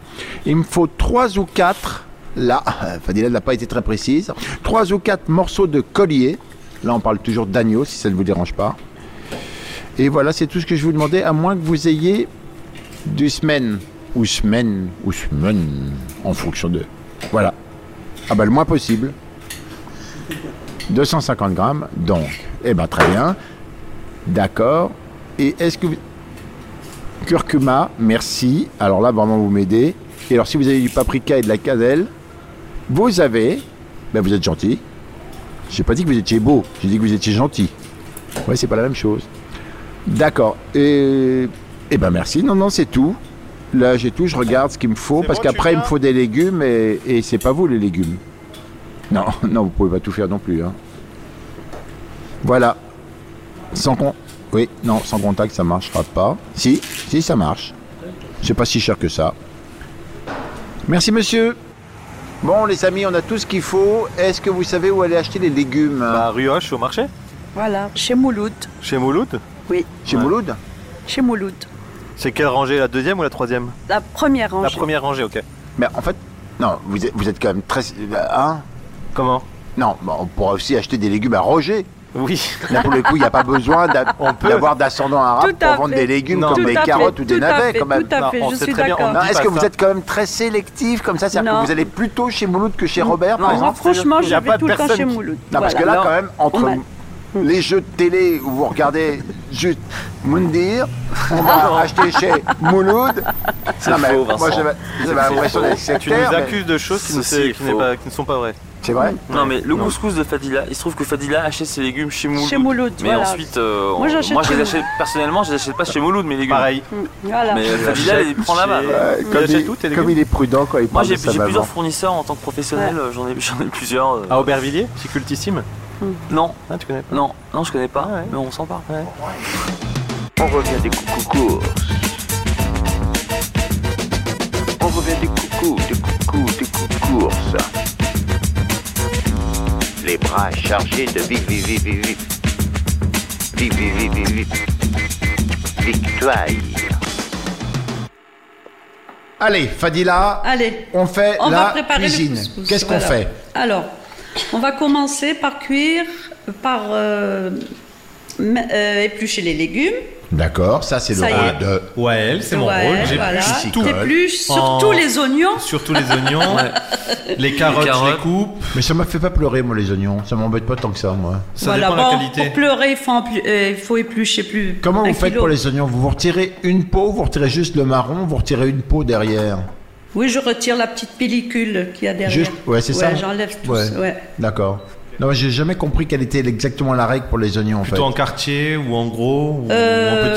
Il me faut trois ou quatre. Là, Fadila n'a pas été très précise. Trois ou quatre morceaux de collier. Là, on parle toujours d'agneau, si ça ne vous dérange pas. Et voilà, c'est tout ce que je vous demandais, à moins que vous ayez du semaine. Ou semaine, ou semaine, en fonction de. Voilà. Ah bah le moins possible. 250 grammes, donc. Eh ben très bien. D'accord. Et est-ce que vous... Curcuma, merci. Alors là, vraiment, vous m'aidez. Et alors, si vous avez du paprika et de la cannelle, vous avez... Ben vous êtes gentil. J'ai pas dit que vous étiez beau, j'ai dit que vous étiez gentil. Ouais, c'est pas la même chose. D'accord. Et, eh ben merci. Non, non, c'est tout. Là, j'ai tout. Je regarde ce qu'il me faut C'est parce bon, qu'après, tu il me viens faut des légumes et, et c'est pas vous les légumes. Non, non, vous pouvez pas tout faire non plus. hein. Voilà. Sans con. Oui, non, sans contact, ça marchera pas. Si, si, ça marche. C'est pas si cher que ça. Merci, monsieur. Bon, les amis, on a tout ce qu'il faut. Est-ce que vous savez où aller acheter les légumes La rue Hoche au marché Voilà, chez Mouloud. Chez Mouloud Oui, Chez Ouais. Mouloud chez Mouloud. C'est quelle rangée La deuxième ou la troisième La première rangée. La première rangée, ok. Mais en fait, non, vous êtes, vous êtes quand même très. Hein Comment Non, bah, on pourra aussi acheter des légumes à Roger. Oui. Là, pour le coup, il n'y a pas besoin d'a- On peut. d'avoir d'ascendant arabe Tout à pour vendre fait. des légumes Non. comme Tout des à fait, carottes ou des tout à navets, fait, quand même. Tout à Non, fait, on je sait suis très bien, on d'accord. dit- Non, est-ce pas que vous ça. êtes quand même très sélectif comme ça C'est-à-dire que Non. vous allez plutôt chez Mouloud que chez Robert, par Non, moi, exemple franchement, Il y je a pas vais tout le temps personne chez qui- Mouloud. Non, parce que là, Voilà. Alors, quand même, entre on a- les jeux de télé où vous regardez juste Moundir, on va acheter chez Mouloud. C'est Non, mais faux, Moi, Vincent. j'avais j'avais C'est l'impression faux. d'être Tu nous sectaire. mais- accuses de choses qui ne, Ceci est qui n'est faux. pas- qui ne sont pas vraies. C'est vrai Non mais le Non. couscous de Fadila, il se trouve que Fadila achète ses légumes chez Mouloud. Chez Mouloud, Mais voilà. ensuite, euh, Moi, j'achète moi je chez les Mouloud. achète personnellement, je les achète pas chez Mouloud mes légumes. Pareil. Mm, Voilà. Mais euh, Fadila, elle les prend là-bas. Euh, Il comme, achète il, tout, tes comme légumes il est prudent quand il Moi parle j'ai de sa j'ai plusieurs maman. fournisseurs en tant que professionnel, euh, j'en ai, j'en ai plusieurs. euh. À Aubervilliers C'est cultissime Non, Ah, tu connais pas non, non, je connais pas, Ah ouais. mais on s'en parle. On revient des coucous On revient des coucous, des coucous, des coucourses. Les bras chargés de vive, vive, vive, vive, vive. Vive, vive, vive, vive, vive. Victoire. Allez, Fadila, Allez, on fait Ah, on va la préparer cuisine. le couscous. Qu'est-ce qu'on Voilà. fait Alors, on va commencer par cuire, par euh, m- euh, éplucher les légumes. D'accord, ça c'est le Ça y rôle est. de... Ouais, elle, c'est mon Ouais, rôle. J'ai voilà. plus tout. T'épluches surtout En- les oignons. Surtout les oignons, les carottes, je carottes. les coupe. Mais ça m'a fait pas pleurer, moi, les oignons. Ça m'embête pas tant que ça, moi. Ça voilà, dépend de bon, la qualité. pour pleurer, il faut, emplu- euh, il faut éplucher plus. Comment un vous faites kilo. pour les oignons Vous vous retirez une peau, vous retirez juste le marron, vous retirez une peau derrière. Oui, je retire la petite pellicule qu'il y a derrière. Juste, ouais, c'est ça. J'enlève tout. Ouais. ça, ouais. D'accord. Non, j'ai jamais compris quelle était exactement la règle pour les oignons. En fait. Plutôt en quartier ou en gros ou, ou en Euh,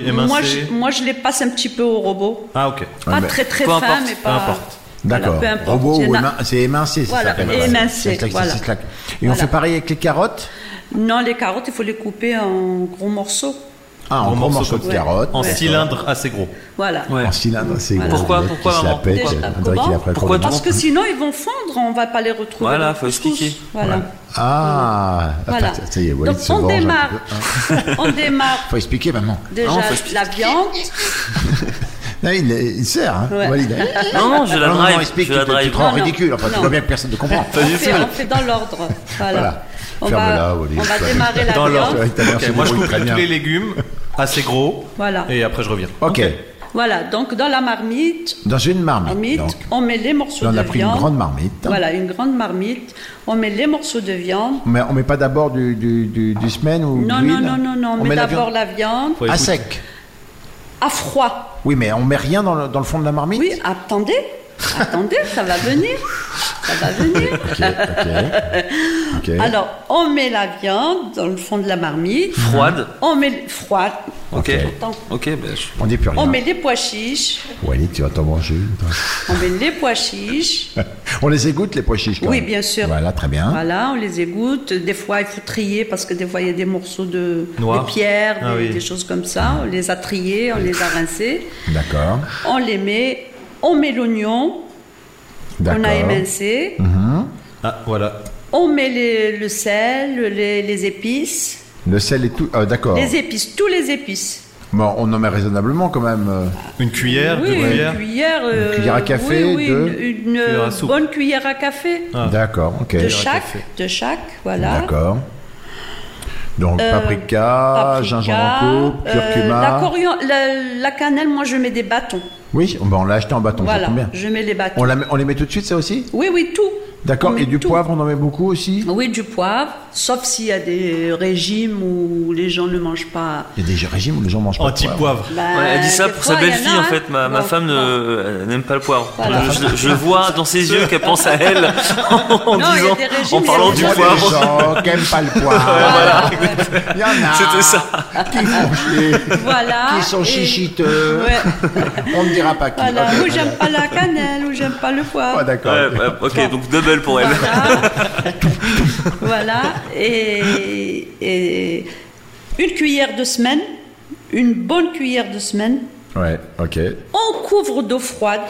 petit, émincé. moi, je, moi, je les passe un petit peu au robot. Ah, ok. Pas mais- très très Peu fin, importe, mais peu pas. importe. Voilà, D'accord. peu importe. Robot Il y ou en a- émin- c'est émincé, ça Voilà, s'appelle. émincé, C'est clac, c'est voilà. clac. Et on Voilà. fait pareil avec les carottes Non, les carottes, il faut les couper en gros morceaux. Ah, en Gros gros morceaux morceaux de comme- carottes. En d'accord. cylindre assez gros. Voilà. En cylindre, c'est gros. Pourquoi- le mec qui pourquoi, se la maman pète, Déjà, on dirait qu'il a pris le Pourquoi problème. Parce que sinon, ils vont fondre, on va pas les retrouver. Voilà, dans le faut couscous. expliquer. Voilà. Ah, Voilà. attends, ça y est, Walid Donc se on venge un démarre, peu. on démarre Ah, Faut expliquer, maman. déjà la viande. Ah, il, il sert, hein, Ouais. Walid. Non, non, je la Non, non, non, drive. explique, je tu, la te- tu drive. te rends Non, non. ridicule. Enfin, tu Non. vois bien que personne ne comprend. Pas on, du fait, tout. on fait dans l'ordre. Voilà. Voilà. On, Ferme-la, va, on Walid. va démarrer la Dans l'ordre. viande. Ta mère Ok, se moi je débrouille coupe très tous bien. les légumes assez gros. Voilà. Et après je reviens. Ok. Voilà, donc dans la marmite, Dans une marmite. marmite, Ah, donc. on met les morceaux Là, on de a pris viande. une grande marmite. Voilà, une grande marmite. On met les morceaux de viande. Mais on met pas d'abord du, du, du, du semaine ou de Non, non, l'huile non, non, non. On, met met la d'abord viande la viande Faut à écouter. sec. à froid. Oui, mais on met rien dans le, dans le fond de la marmite. Oui, attendez, attendez, ça va venir. Ça va venir. Ok, ok. ok. Alors, on met la viande dans le fond de la marmite. Froide. On met froid. Ok. Attends. Ok, ben, je- on dit plus rien. On met les pois chiches. Walid, tu vas t'en manger. On met les pois chiches. on les égoutte, les pois chiches. quand Oui, même. bien sûr. Voilà, très bien. Voilà, on les égoutte. Des fois, il faut trier parce que des fois, il y a des morceaux de, Noir. de pierre, Ah des, oui. des choses comme ça. On les a triés, on les a rincés. D'accord. On les met. On met l'oignon D'accord. Mhm. qu'on a émincé. Ah, voilà. On met les- le sel, les, les épices. Le sel et tout. ah, D'accord. Les épices, tous les épices. Bon, on en met raisonnablement quand même. euh. Une cuillère, oui, deux une cuillères. cuillère, euh, cuillère à café oui, oui, de- une, une, Cuillère à euh, soupe. bonne cuillère à café. Ah. Euh, D'accord, ok. de à chaque, café. de chaque, voilà. D'accord. Donc, paprika, Euh, Paprika, gingembre en coupe, euh, curcuma. la, corian- la- la cannelle, moi je mets des bâtons. oui, on- bah, on l'a acheté en bâton, ça voilà, tombe bien. je mets les bâtons. On, la met- on les met tout de suite, ça aussi Oui, oui, tout. On D'accord. met Et du tout. poivre, on en met beaucoup aussi Oui, du poivre, sauf s'il y a des régimes où les gens ne mangent pas. Il y a des régimes où les gens mangent pas de Anti-poivre. Ben, Ouais, elle dit ça des pour fois, sa il y belle-fille en a, fait. Ma, ma bon, femme ne- bon. elle n'aime pas le poivre. hein. Voilà. Je, je- je vois dans ses yeux qu'elle pense à elle en, Non, il y a disant, des régimes, en il y a parlant des Il du y a des poivre. gens qui aiment pas le poivre. Il y en a. C'était ça. Qui font chier. Voilà. Qui sont et- chichiteux. Ouais. On ne dira pas qui. Voilà, Ok, ou très j'aime bien. pas la cannelle, ou j'aime pas le poivre. Ah, d'accord. Ouais, ouais, ok, donc double pour Ah. Voilà. elle. Voilà. Et, et une cuillère de semaine, une bonne cuillère de semaine. Ouais, ok. On couvre d'eau froide.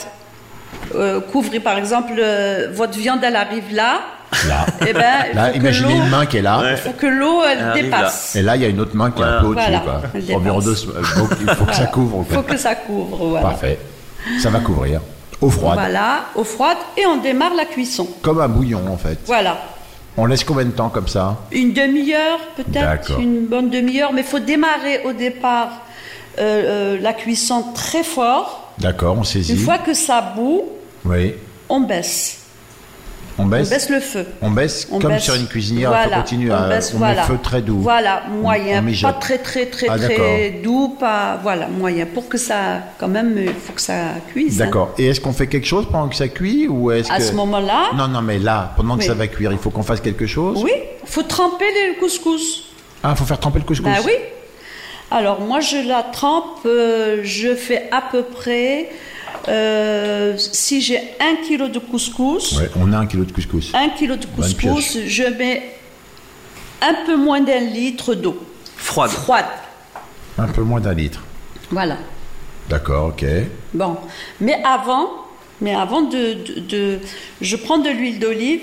Euh, couvrez par exemple euh, votre viande, elle arrive là. Là. Et ben, il Là, faut que imaginez l'eau- une main qui est là. Il faut que l'eau elle, arrive dépasse. Et là, il y a une autre main qui est un peu au-dessus. Voilà. quoi. Elle Environ deux, dépasse. euh, donc, il faut que ça couvre. Il quoi. faut que ça couvre. Voilà. Parfait. Ça va couvrir. Au froid. Voilà, eau froide et on démarre la cuisson. Comme un bouillon, en fait. Voilà. On laisse combien de temps comme ça Une demi-heure peut-être, D'accord. une bonne demi-heure, mais il faut démarrer au départ euh, euh, la cuisson très fort. D'accord, on Une saisit. fois que ça bout, Oui. on baisse. On On baisse. baisse le feu. On baisse On comme baisse. sur une cuisinière, Voilà, on continue on à baisse, on voilà. met feu très doux. Voilà, On- moyen, on pas mijote. très très très Ah, très d'accord. doux, pas voilà, moyen pour que ça quand même il faut que ça cuise. hein. D'accord. Et est-ce qu'on fait quelque chose pendant que ça cuit ou est-ce À que- ce moment-là- Non, non, mais là, pendant que Oui. ça va cuire, il faut qu'on fasse quelque chose. Oui, faut tremper les couscous. Ah, faut faire tremper le couscous. Bah oui. Alors moi je la trempe, euh, je fais à peu près, euh, si j'ai un kilo de couscous, Ouais, on a un kilo de couscous. un kilo de Bonne couscous, je mets un peu moins d'un litre d'eau Froide. froide. Un peu moins d'un litre. Voilà. D'accord, ok. Bon. Mais avant, mais avant de, de- de- je prends de l'huile d'olive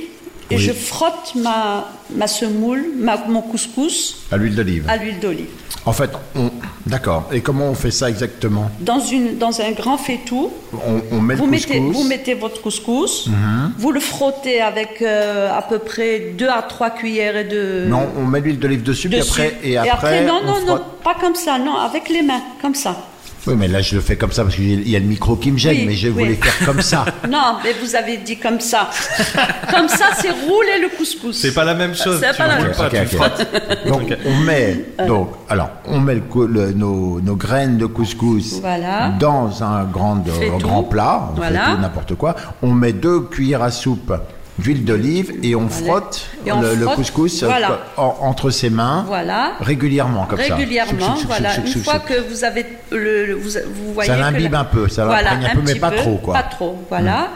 et Oui. je frotte ma, ma semoule, ma- mon couscous À l'huile d'olive. à l'huile d'olive. En fait, on... d'accord. Et comment on fait ça exactement Dans, une, dans un grand faitout, on, on met Vous le mettez, couscous. Mhm. vous mettez votre couscous, vous le frottez avec euh, à peu près 2 à 3 cuillères de. Non, on met l'huile d'olive dessus, puis dessus. après et après. non, on non, non, frotte. pas comme ça, non, avec les mains, comme ça. Oui, mais là je le fais comme ça parce qu'il y a le micro qui me gêne, Oui, mais je voulais oui. faire comme ça. Non, mais vous avez dit comme ça. comme ça, c'est rouler le couscous. C'est pas la même chose. Ah, C'est tu pas la roules même pas, Ok, tu ok. frottes. Donc on met donc alors on met le cou- le- nos, nos graines de couscous Voilà. dans un grand euh, fait grand tout. plat, on fait Voilà. tout, n'importe quoi. On met deux cuillères à soupe d'huile d'olive et on frotte Et on le, le frotte, couscous euh, voilà. en- entre ses mains Voilà. régulièrement comme ça. Régulièrement, Chouc, chouc, chouc, voilà. chouc, une chouc, fois chouc. que vous avez le, le- vous, vous voyez Ça que l'imbibe la- un peu, ça voilà, l'imprègne un un peu, mais petit pas trop, quoi. Mm. Pas trop, voilà.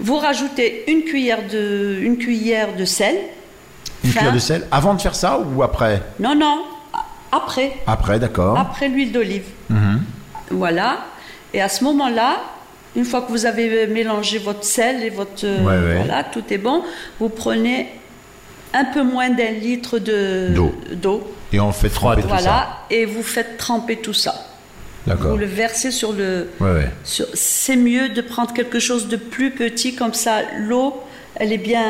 Vous rajoutez une cuillère de une cuillère de sel. une fin. cuillère de sel avant de faire ça ou après Non, non, a- après. Après, d'accord. Mhm. après l'huile d'olive. Voilà. Et à ce moment-là, une fois que vous avez mélangé votre sel et votre euh, Ouais, ouais. voilà, tout est bon, vous prenez un peu moins d'un litre de D'eau. d'eau. Et on fait tremper tout Voilà, ça. et vous faites tremper tout ça. D'accord. Vous le versez sur le. Ouais, ouais. sur- C'est mieux de prendre quelque chose de plus petit, comme ça l'eau, elle est bien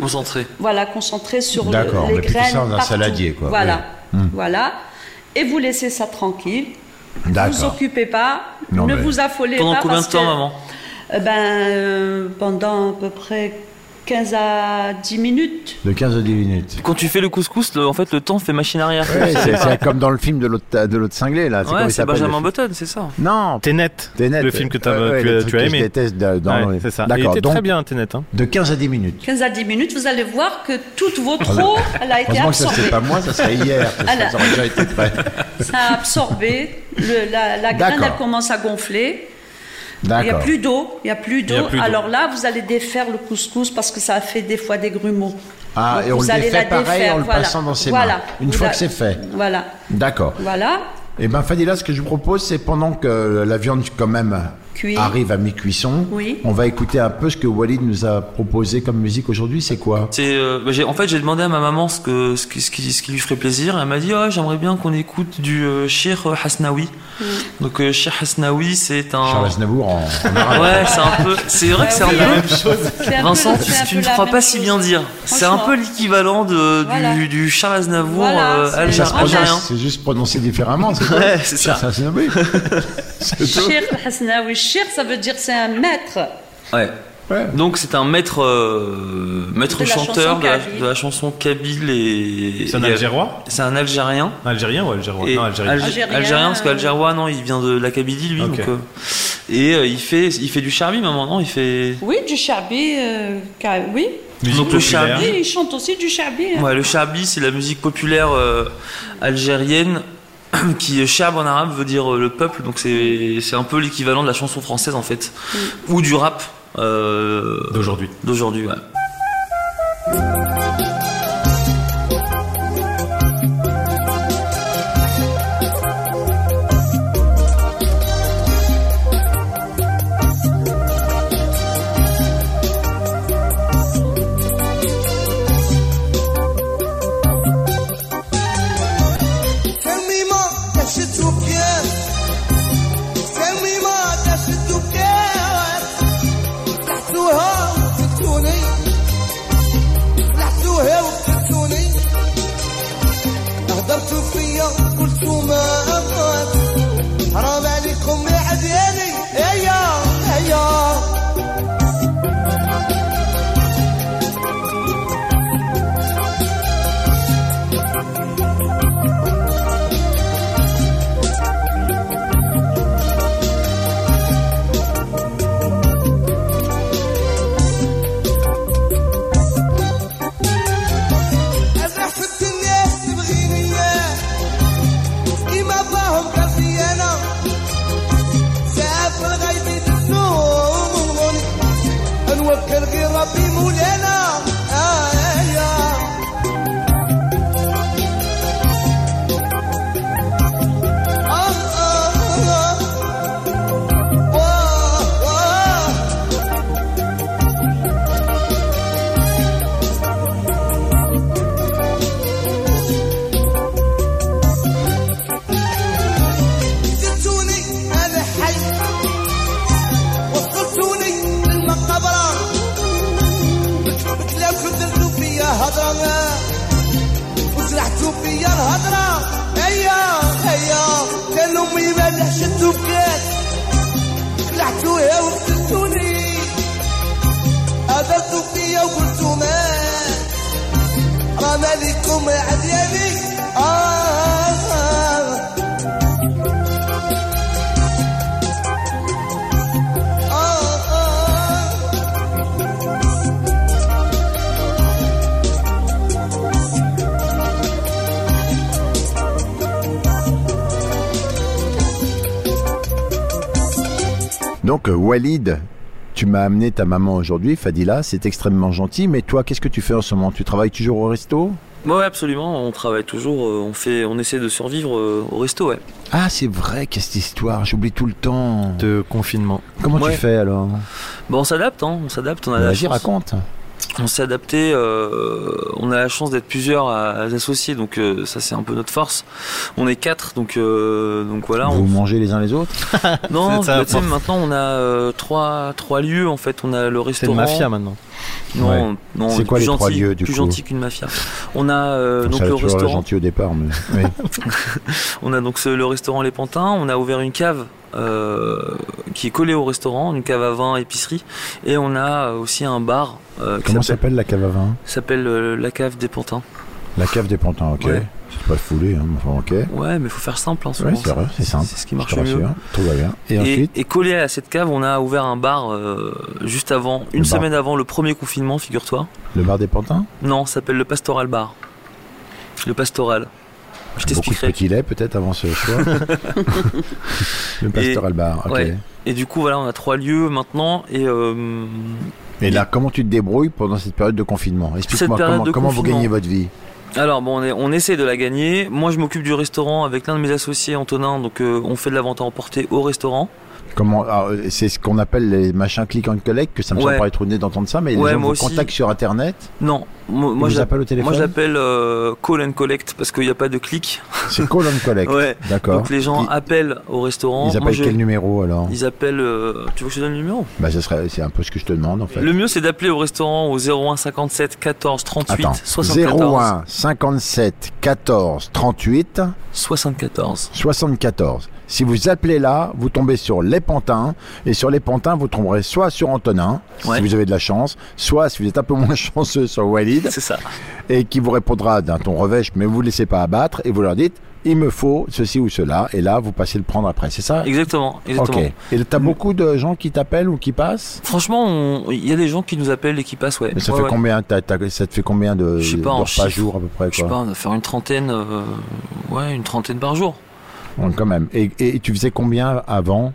Concentré. voilà, concentré sur le, D'accord, les mais plutôt graines ça dans un partout. saladier, quoi. Hmm. Voilà, voilà. Et vous laissez ça tranquille. D'accord. Vous occupez pas, Non, ne mais- vous affolez Pendant pas. combien de parce temps, que- maman Eh Ben, euh, pendant à peu près 15 à 10 minutes. De 15 à 10 minutes. Quand tu fais le couscous, le- en fait, le temps fait machine arrière. Ouais, c'est c'est comme dans le film de l'autre de l'autre cinglé là. Ouais, comment il c'est s'appelle, le Benjamin film Button, c'est ça. Non, Ténet, Tenet. le film que, t'as- Ouais, ouais, tu le as- truc tu as que aimé. Je déteste de- dans Ouais, les- c'est ça. Il D'accord. était Donc très bien, Ténet. hein. de 15 à 10 minutes. 15 à 10 minutes, vous allez voir que toute votre eau, elle a été Heureusement que ça absorbée. c'est pas moi, ça serait hier. Ça, serait- Alors. ça aurait déjà été prêt. Ça a absorbé, le- la, la graine, D'accord. elle commence à gonfler. Il n'y a D'accord. plus d'eau, il n'y a plus y a d'eau. plus d'eau. Alors là, vous allez défaire le couscous parce que ça a fait des fois des grumeaux. Ah, Donc et on vous le allez défait la pareil défaire, en le voilà. passant dans ses Voilà. mains. Une Vous fois la- que c'est fait. Voilà. D'accord. Voilà. Eh ben Fadila, ce que je vous propose, c'est pendant que la viande quand même Cuit. arrive à mi-cuisson, Oui. on va écouter un peu ce que Walid nous a proposé comme musique aujourd'hui. C'est quoi C'est, euh, bah, j'ai- en fait, j'ai demandé à ma maman ce que ce qui, ce qui, ce qui lui ferait plaisir. Elle m'a dit, Ah, j'aimerais bien qu'on écoute du euh, Shir Hasnawi. Mm. Donc, euh, Shir Hasnawi, c'est un. Charles Aznavour en, en arabe. Oh. Ouais, c'est un peu. C'est vrai que c'est un Ouais, peu. Ah oui, C'est un peu- Vincent, tu, c'est un tu peu ne la crois même pas si chose. bien dire. C'est un Franchement. peu l'équivalent de, Voilà. du, du Charles Aznavour Voilà, euh, c'est- algérien. Ça se prononce- Algérien. c'est juste prononcé différemment, c'est ça Ouais, c'est ça. Charles Aznavour. Shir Hasnaoui. Shir, ça veut dire c'est un maître. Ouais. Ouais. Donc c'est un maître, euh, maître De la chanteur chanson de la, kabyle. de la chanson kabyle et C'est un et- Algérois C'est un Algérien. Algérien ou Algérois Et Non, Algérien. Alg- Algérien, Algérien, parce euh, qu'Algérois, non, il vient de la Kabylie, lui. Ok. donc, euh, et euh, il, fait, il fait du charbi, maman, non Il fait. Oui, du charbi. euh, car- oui. Musique donc le populaire. charbi. Oui, il chante aussi du charbi. hein. Ouais, le charbi, c'est la musique populaire euh, algérienne qui, charb en arabe, veut dire euh, le peuple. Donc c'est c'est un peu l'équivalent de la chanson française, en fait. Mm. Ou du rap euh, d'aujourd'hui. d'aujourd'hui, ouais. Tell me more, that shit you care. Tell me more, that shit you care. That's too hard to tune in. That's too hard to tune in. هضرتوا فيا قلتوا ما أبغى حرام عليكم يا عدياني ايا ايا أزرع في الدنيا تبغيني إياه إما أباهم قال في أنا ساعات في الغيب تسوم نوكل غير ربي مولانا آه يا آه آه آه آه آه زدتوني انا حي وصلتوني للمقبره بتلاقوا درتوا فيا هضره وزرعتوا فيا الهضره ايا ايا كان امي ما شدوا بكات خلعتوها وقتلتوني هضرتوا فيا وقلتوا ما رانا ليكم عدياني آه, آه Oh, Donc euh, Walid, tu m'as amené ta maman aujourd'hui, Fadila, c'est extrêmement gentil, mais toi, qu'est-ce que tu fais en ce moment Tu travailles toujours au resto Ouais, ouais, absolument. On travaille toujours. euh, On fait, on essaie de survivre euh, au resto, ouais. Ah, c'est vrai, qu'est-ce cette histoire J'oublie tout le temps. De confinement. Comment Ouais. tu fais alors Bon, on s'adapte, hein. On s'adapte. On a la Vas-y, chance. raconte. on s'est adapté. euh, on a la chance d'être plusieurs à, à s'associer, donc euh, ça c'est un peu notre force. On est quatre, donc euh, donc voilà. Vous on- mangez les uns les autres Non, C'est ça, bah, tu sais, force. maintenant on a euh, trois trois lieux en fait. On a le C'est une restaurant. mafia maintenant. Non, Ouais. non, C'est quoi plus les trois gentil- lieux, du Plus coup gentil qu'une mafia. On a euh, donc Ça le toujours restaurant. gentil au départ, mais oui. On a donc ce- le restaurant Les Pantins, on a ouvert une cave euh, qui est collée au restaurant, une cave à vin, épicerie, et on a euh, aussi un bar euh, qui Comment s'appelle- s'appelle la cave à vin s'appelle euh, La Cave des Pantins. La cave des pantins, ok. Ouais. C'est pas foulé, hein, mais enfin, ok. Ouais, Ouais, mais faut faire simple, hein, souvent, c'est vrai, c'est simple. C'est ce qui Je marche te le mieux. rassure, Tout va bien. Et, Et, ensuite, et collé à cette cave, on a ouvert un bar euh, juste avant, une Le bar. semaine avant le premier confinement, figure-toi. le bar des pantins Non, ça s'appelle le Pastoral Bar. Le Pastoral. Je Beaucoup de t'expliquerai. petits laits peut-être avant ce choix. le pastoral bar, ok. ouais. Et du coup, voilà, on a trois lieux maintenant, et euh, Et là, comment tu te débrouilles pendant cette période de confinement Explique-moi période comment, de comment vous confinement. gagnez votre vie. Alors bon, on, est- on essaie de la gagner. Moi, je m'occupe du restaurant avec l'un de mes associés, Antonin. Donc, euh, on fait de la vente à emporter au restaurant. Comment alors, euh, C'est ce qu'on appelle les machins click and collect, que ça me Ouais. semble pas être nez d'entendre ça, mais Ouais, les gens moi vous aussi. contactent sur Internet, Non, moi, moi, ils vous j'appelle- appellent au moi, téléphone. je l'appelle euh, call and collect parce qu'il n'y a pas de clic. c'est call and collect, Ouais. d'accord. Donc, les gens Ils- appellent au restaurant. Ils, appellent Moi, je- quel numéro alors ils appellent. euh, tu veux que je te donne le numéro Bah, ce serait, c'est un peu ce que je te demande en fait. Le mieux, c'est d'appeler au restaurant au 01 57 14 38 Attends, 74 01 57 14 38 74. 74. Si vous appelez là, vous tombez sur les pantins. Et sur les pantins, vous tomberez soit sur Antonin, Ouais. si vous avez de la chance, soit si vous êtes un peu moins chanceux sur Walid, C'est ça. et qui vous répondra d'un ton revêche, mais vous ne laissez pas abattre, et vous leur dites, il me faut ceci ou cela, et là, vous passez le prendre après, c'est ça Exactement. Exactement. Ok. Et t'as beaucoup de gens qui t'appellent ou qui passent Franchement, on- il y a des gens qui nous appellent et qui passent, ouais. Mais ça, Ouais, fait ouais. combien, t'as- t'as- ça te fait combien de Je sais pas, d'heures en par chiffres. jour à peu près Je sais quoi pas, on va faire une trentaine, euh, ouais, une trentaine par jour. Donc, Quand même. Et, et tu faisais combien avant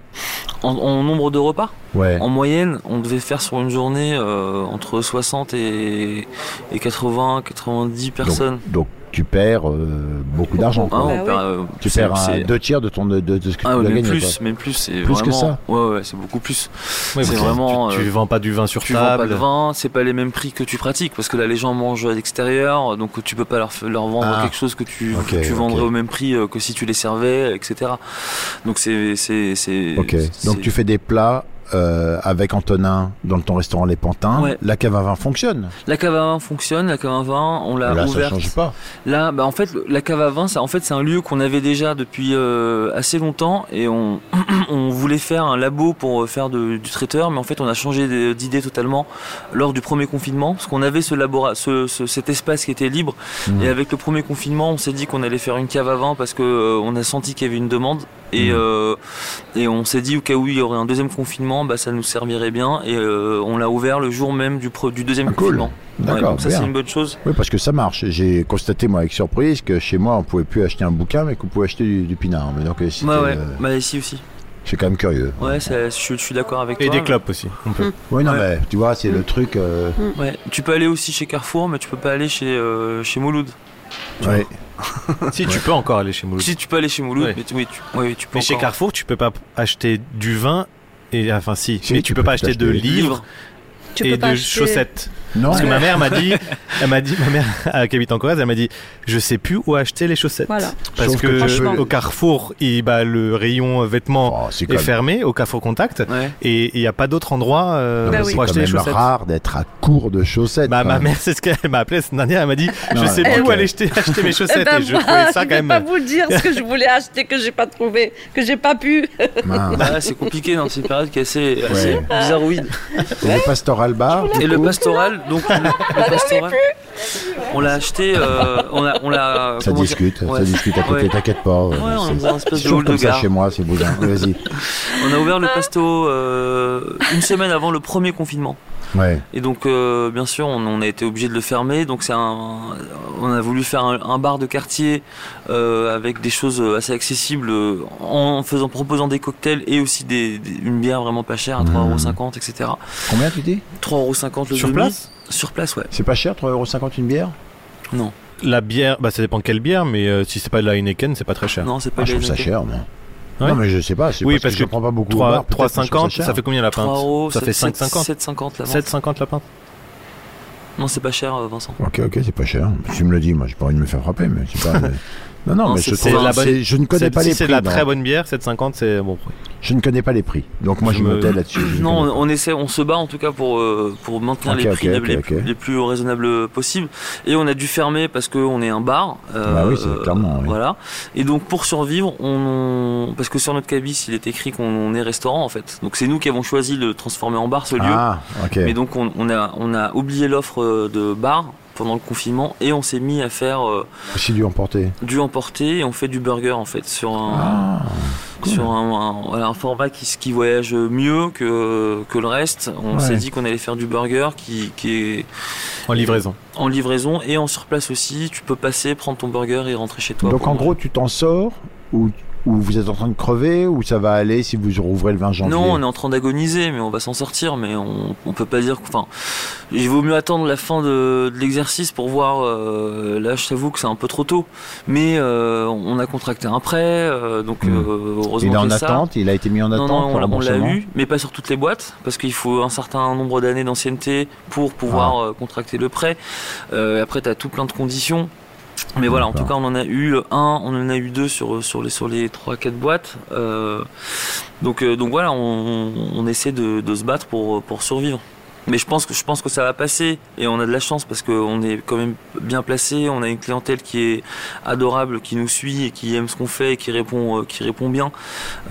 En, en nombre de repas, Ouais. en moyenne, on devait faire sur une journée euh, entre 60 et, et 80, 90 personnes. Donc, donc tu perds euh, beaucoup d'argent. Hein, quoi. Bah on perd, euh, Tu c'est- perds un- c'est- deux tiers de, ton, de, de ce que tu ah, ouais, dois même gagner. plus, quoi. même plus, c'est Plus vraiment, que ça. ouais, ouais, c'est beaucoup plus. Ouais, parce c'est que vraiment, Tu, tu euh, vends pas du vin sur Tu vends pas table. de vin, c'est pas les mêmes prix que tu pratiques, parce que là les gens mangent à l'extérieur, donc tu peux pas leur, f- leur vendre Ah. quelque chose que tu, Ok, que tu vendrais ok. au même prix euh, que si tu les servais, etc. Donc c'est, c'est, c'est. Ok. Donc c'est- tu fais des plats euh, avec Antonin dans ton restaurant Les Pantins. Ouais. La cave à vin fonctionne. La cave à vin fonctionne, la cave à vin, on l'a Là, ça Euh, ouverte. change pas. Là, bah en fait, la cave à vin, ça, en fait, c'est un lieu qu'on avait déjà depuis euh, assez longtemps et on, on voulait faire un labo pour euh, faire de- du traiteur, mais en fait, on a changé d- d'idée totalement lors du premier confinement, parce qu'on avait ce labora, ce, ce- cet espace qui était libre, Mmh. et avec le premier confinement, on s'est dit qu'on allait faire une cave à vin parce que euh, on a senti qu'il y avait une demande et Mmh. euh, et on s'est dit au cas où il y aurait un deuxième confinement, bah ça nous servirait bien et euh, on l'a ouvert le jour même du, pro- du deuxième Ah, cool. confinement. Ouais, D'accord. donc ça bien. c'est une bonne chose. Oui, parce que ça marche. J'ai constaté moi avec surprise que chez moi on pouvait plus acheter un bouquin, mais qu'on pouvait acheter du, du pinard. Mais donc euh, c'était, Bah ouais, euh, bah ici aussi. c'est quand même curieux. Ouais, ça, je, suis- je suis d'accord avec Et toi. des clopes aussi. On peut. Oui, non, Ouais. mais tu vois, c'est le truc. euh, Mm. Ouais. Tu peux aller aussi chez Carrefour, mais tu peux pas aller chez, euh, chez Mouloud. ouais. Si tu peux encore aller chez Mouloud. Si tu peux aller chez Mouloud, Ouais. mais tu, oui, tu, oui, tu peux Mais chez encore. Carrefour, tu peux pas acheter du vin. Et, enfin, si, Si, mais tu tu peux peux pas acheter de t'acheter. livres Tu et peux de pas acheter- chaussettes. Non. Parce que ma mère m'a dit, elle m'a dit, ma mère euh, qui habite en Corrèze, elle m'a dit, je sais plus où acheter les chaussettes. Voilà. Parce Sauf que que, tu peux- au Carrefour, il, bah, le rayon euh, vêtements Oh, c'est quand est même- fermé au Carrefour Contact Ouais. et il n'y a pas d'autre endroit euh, Non, mais Bah c'est oui. pour quand acheter les même chaussettes. rare d'être à court de chaussettes. Bah, quand ma même. mère, c'est ce qu'elle m'a appelé cette dernière. Elle m'a dit Je Non, sais elle- plus où ok. aller acheter, acheter mes Eh chaussettes. ben et je voilà, trouvais ça je quand vais même. pas vous dire ce que je voulais acheter que j'ai pas trouvé, que j'ai pas pu. Mince. Bah, c'est compliqué dans ces périodes qui est assez, assez Ouais. bizarroïde. Et le pastoral bar. du Et le coup pastoral, donc le, Ah, le pastoral, on l'a acheté, euh, on l'a, on l'a. Ça comment dire discute, Ouais. ça discute à côté, Ouais. t'inquiète pas. euh, on c'est- est dans un espèce c'est de toujours hall de comme ça gare. chez moi, c'est bousin. Vas-y. On a ouvert le pasto euh, une semaine avant le premier confinement. Ouais. Et donc, euh, bien sûr, on, on a été obligé de le fermer. Donc, c'est un, on a voulu faire un, un bar de quartier euh, avec des choses assez accessibles, euh, en faisant, proposant des cocktails et aussi des, des- une bière vraiment pas chère, à Mmh. 3,50€, etc. Combien tu dis 3,50€ le Sur demi. place Sur place, ouais. C'est pas cher, 3,50€ une bière Non, La bière, bah, ça dépend quelle bière, mais euh, si c'est pas de la Heineken, c'est pas très cher. non, c'est pas ah, Je les trouve ça Heineken. cher, moi. Ouais. Non, mais je sais pas. c'est Oui, parce parce que, je que prends pas beaucoup. au 3, bar, peut-être que je trouve 3,50, ça cher. fait combien la 3 pinte euros, Ça fait 7, 5,50 7,50 la vente. 7,50 la pinte Non, c'est pas cher, euh, Vincent. Ok, ok, c'est pas cher. Tu me le dis, moi, j'ai pas envie de me faire frapper, mais c'est pas. non, non, Non, mais c'est- je, c'est trouve- la bonne- c'est- je ne connais C'est- pas si les c'est prix. de la non. très bonne bière, 7,50, c'est bon prix. Je ne connais pas les prix. Donc moi, je, Je me- m'étais là-dessus. je- Non, on, on essaie, on se bat en tout cas pour euh, pour maintenir Ok, les ok, prix ok, les, ok. plus- les plus raisonnables possibles. Et on a dû fermer parce qu'on est un bar. euh, Bah oui, c'est euh, clairement, oui. Voilà. Et donc pour survivre, on, on- parce que sur notre cabis, il est écrit qu'on est restaurant en fait. Donc c'est nous qui avons choisi de transformer en bar ce lieu. Ah, ok. Mais donc on, on a on a oublié l'offre euh, de bar pendant le confinement et on s'est mis à faire euh, Aussi dû emporter. du emporter et on fait du burger en fait sur un Ah, cool. sur un, un- voilà, un format qui, qui voyage mieux que, que le reste. On Ouais. s'est dit qu'on allait faire du burger qui, qui est En livraison. en livraison et en surplace aussi. Tu peux passer, prendre ton burger et rentrer chez toi. Donc pour en manger. gros, tu t'en sors ou, ou vous êtes en train de crever ou ça va aller si vous rouvrez le 20 janvier Non, on est en train d'agoniser, mais on va s'en sortir. Mais on, on peut pas dire. que- Enfin, il vaut mieux attendre la fin de, de l'exercice pour voir. euh, là, je t'avoue que c'est un peu trop tôt. Mais euh, on a contracté un prêt, euh, donc Mm. euh, heureusement Il est en que ça. attente, il a été mis en Non, attente. non, on pour l'a- on l'a remboursement. eu, mais pas sur toutes les boîtes, parce qu'il faut un certain nombre d'années d'ancienneté pour pouvoir Ah. euh, contracter le prêt. Euh, après, tu as tout plein de conditions. Mais voilà, en tout D'accord. cas, on en a eu euh, un, on en a eu deux sur, sur les sur les trois quatre boîtes. Euh, donc euh, donc voilà, on, on essaie de, de se battre pour pour survivre. Mais je pense que je pense que ça va passer et on a de la chance parce qu'on est quand même bien placé. On a une clientèle qui est adorable, qui nous suit et qui aime ce qu'on fait et qui répond euh, qui répond bien.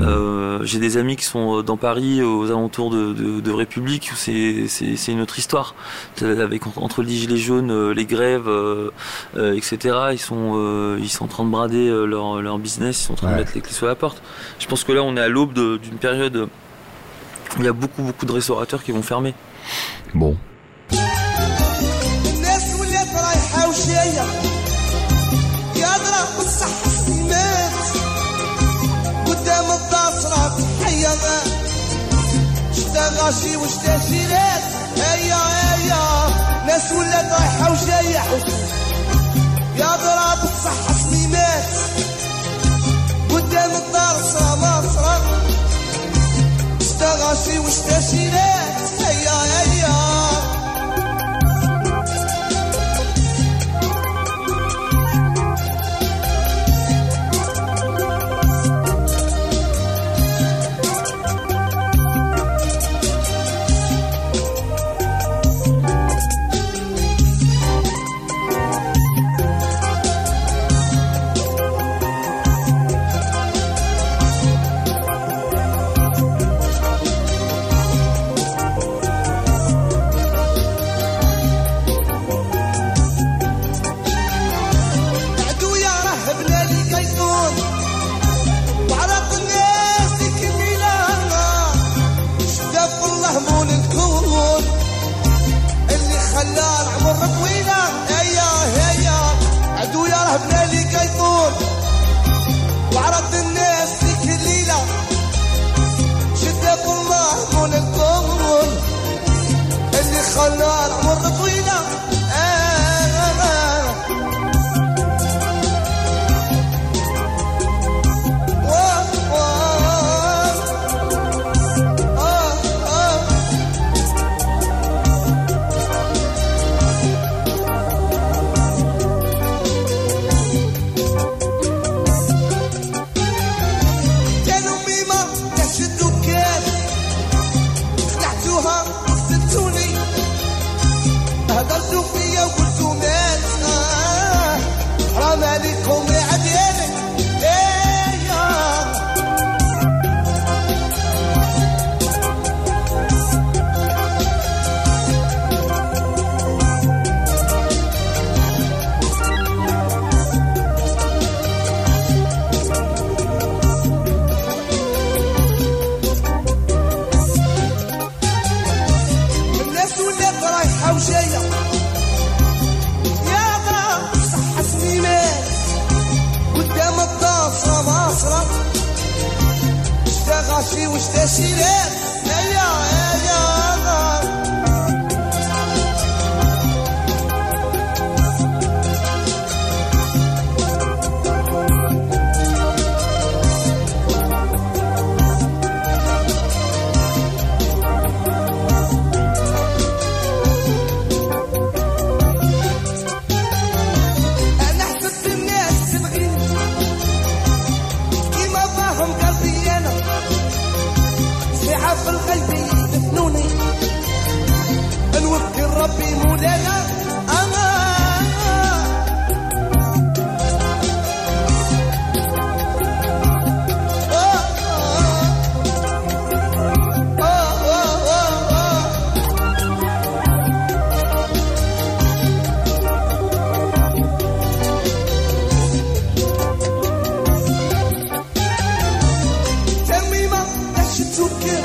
Euh, J'ai des amis qui sont euh, dans Paris aux alentours de, de, de République où c'est c'est c'est une autre histoire. Euh, Avec entre les gilets jaunes, euh, les grèves, euh, euh, etc. Ils sont euh, ils sont en train de brader euh, leur leur business, ils sont en train Ouais. de mettre les clés sur la porte. Je pense que là on est à l'aube de- d'une période où il y a beaucoup beaucoup de restaurateurs qui vont fermer. Bon. الناس ولات رايحة وجاية قادرة بالصح السمات قدام الدار صرات حية ما شتا غاشي وشتا شيرات هيا هيا ناس ولات رايحة وجاية قادرة بالصح السمات قدام الدار صرا ما صرا شتا غاشي وشتا شيرات هيا هيا بعدو يا رهبنا للقيصون وعرق الناس كميلة شدف الله مول الكون اللي خلى العمر طويلة هيا هيا عدو يا رهبنا للقيصون وعرق الناس كليلة شدف الله مول الكون اللي خلى العمر طويلة آه آه آه كانوا ميمة تحت الدكان خلعتوها وخسرتوني هدرتو فيا وقلتو مات آه، حرام عليكم يا عديانك ايه يا الناس ولات رايحة وجاية يا دار صح سنينات قدام الدار صرا صرا شتا غاشي وشتا شيلات يا يا يا دار حب القلب يدفنوني نوكل ربي مولانا امان آه، آه، تميمة دشت وكل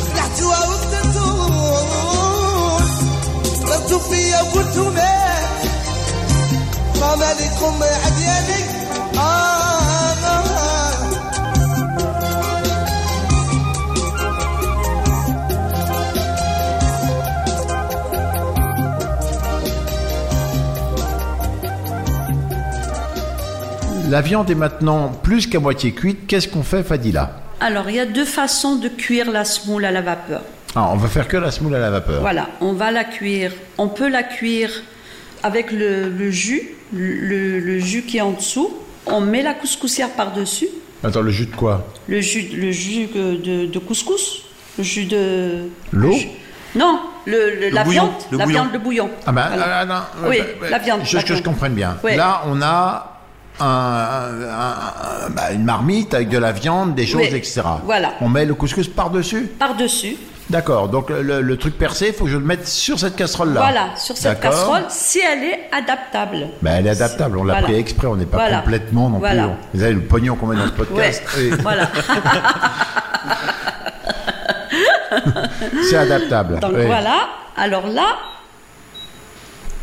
خلعتوها وبدتوش ضربتو فيا وقلتو مات ما مالكم عدياني آه آه La viande est maintenant plus qu'à moitié cuite. Qu'est-ce qu'on fait, Fadila Alors, il y a deux façons de cuire la semoule à la vapeur. ah, On va faire que la semoule à la vapeur. Voilà, on va la cuire. On peut la cuire avec le, le jus, le, le jus qui est en dessous. On met la couscoussière par-dessus, Attends, le jus de quoi le jus, le jus euh, de, de couscous, le jus de... L'eau Non, le, le- la bouillon, viande, le la bouillon. viande, le bouillon. Ah ben, Voilà. ah, non, Oui, euh, bah, la viande. Juste la que je viande. comprenne bien. Ouais. Là, on a un- un- un- bah, une marmite avec de la viande, des choses, Oui, etc. voilà. On met le couscous par-dessus Par-dessus, D'accord, donc le, le truc percé, il faut que je le mette sur cette casserole-là. voilà, sur cette D'accord. casserole, si elle est adaptable. Ben, elle est adaptable, on l'a Voilà. pris exprès, on n'est pas Voilà. complètement non Voilà. plus. Vous savez, le pognon qu'on met dans ce Ouais, podcast, voilà. c'est adaptable. Donc oui. voilà, alors là,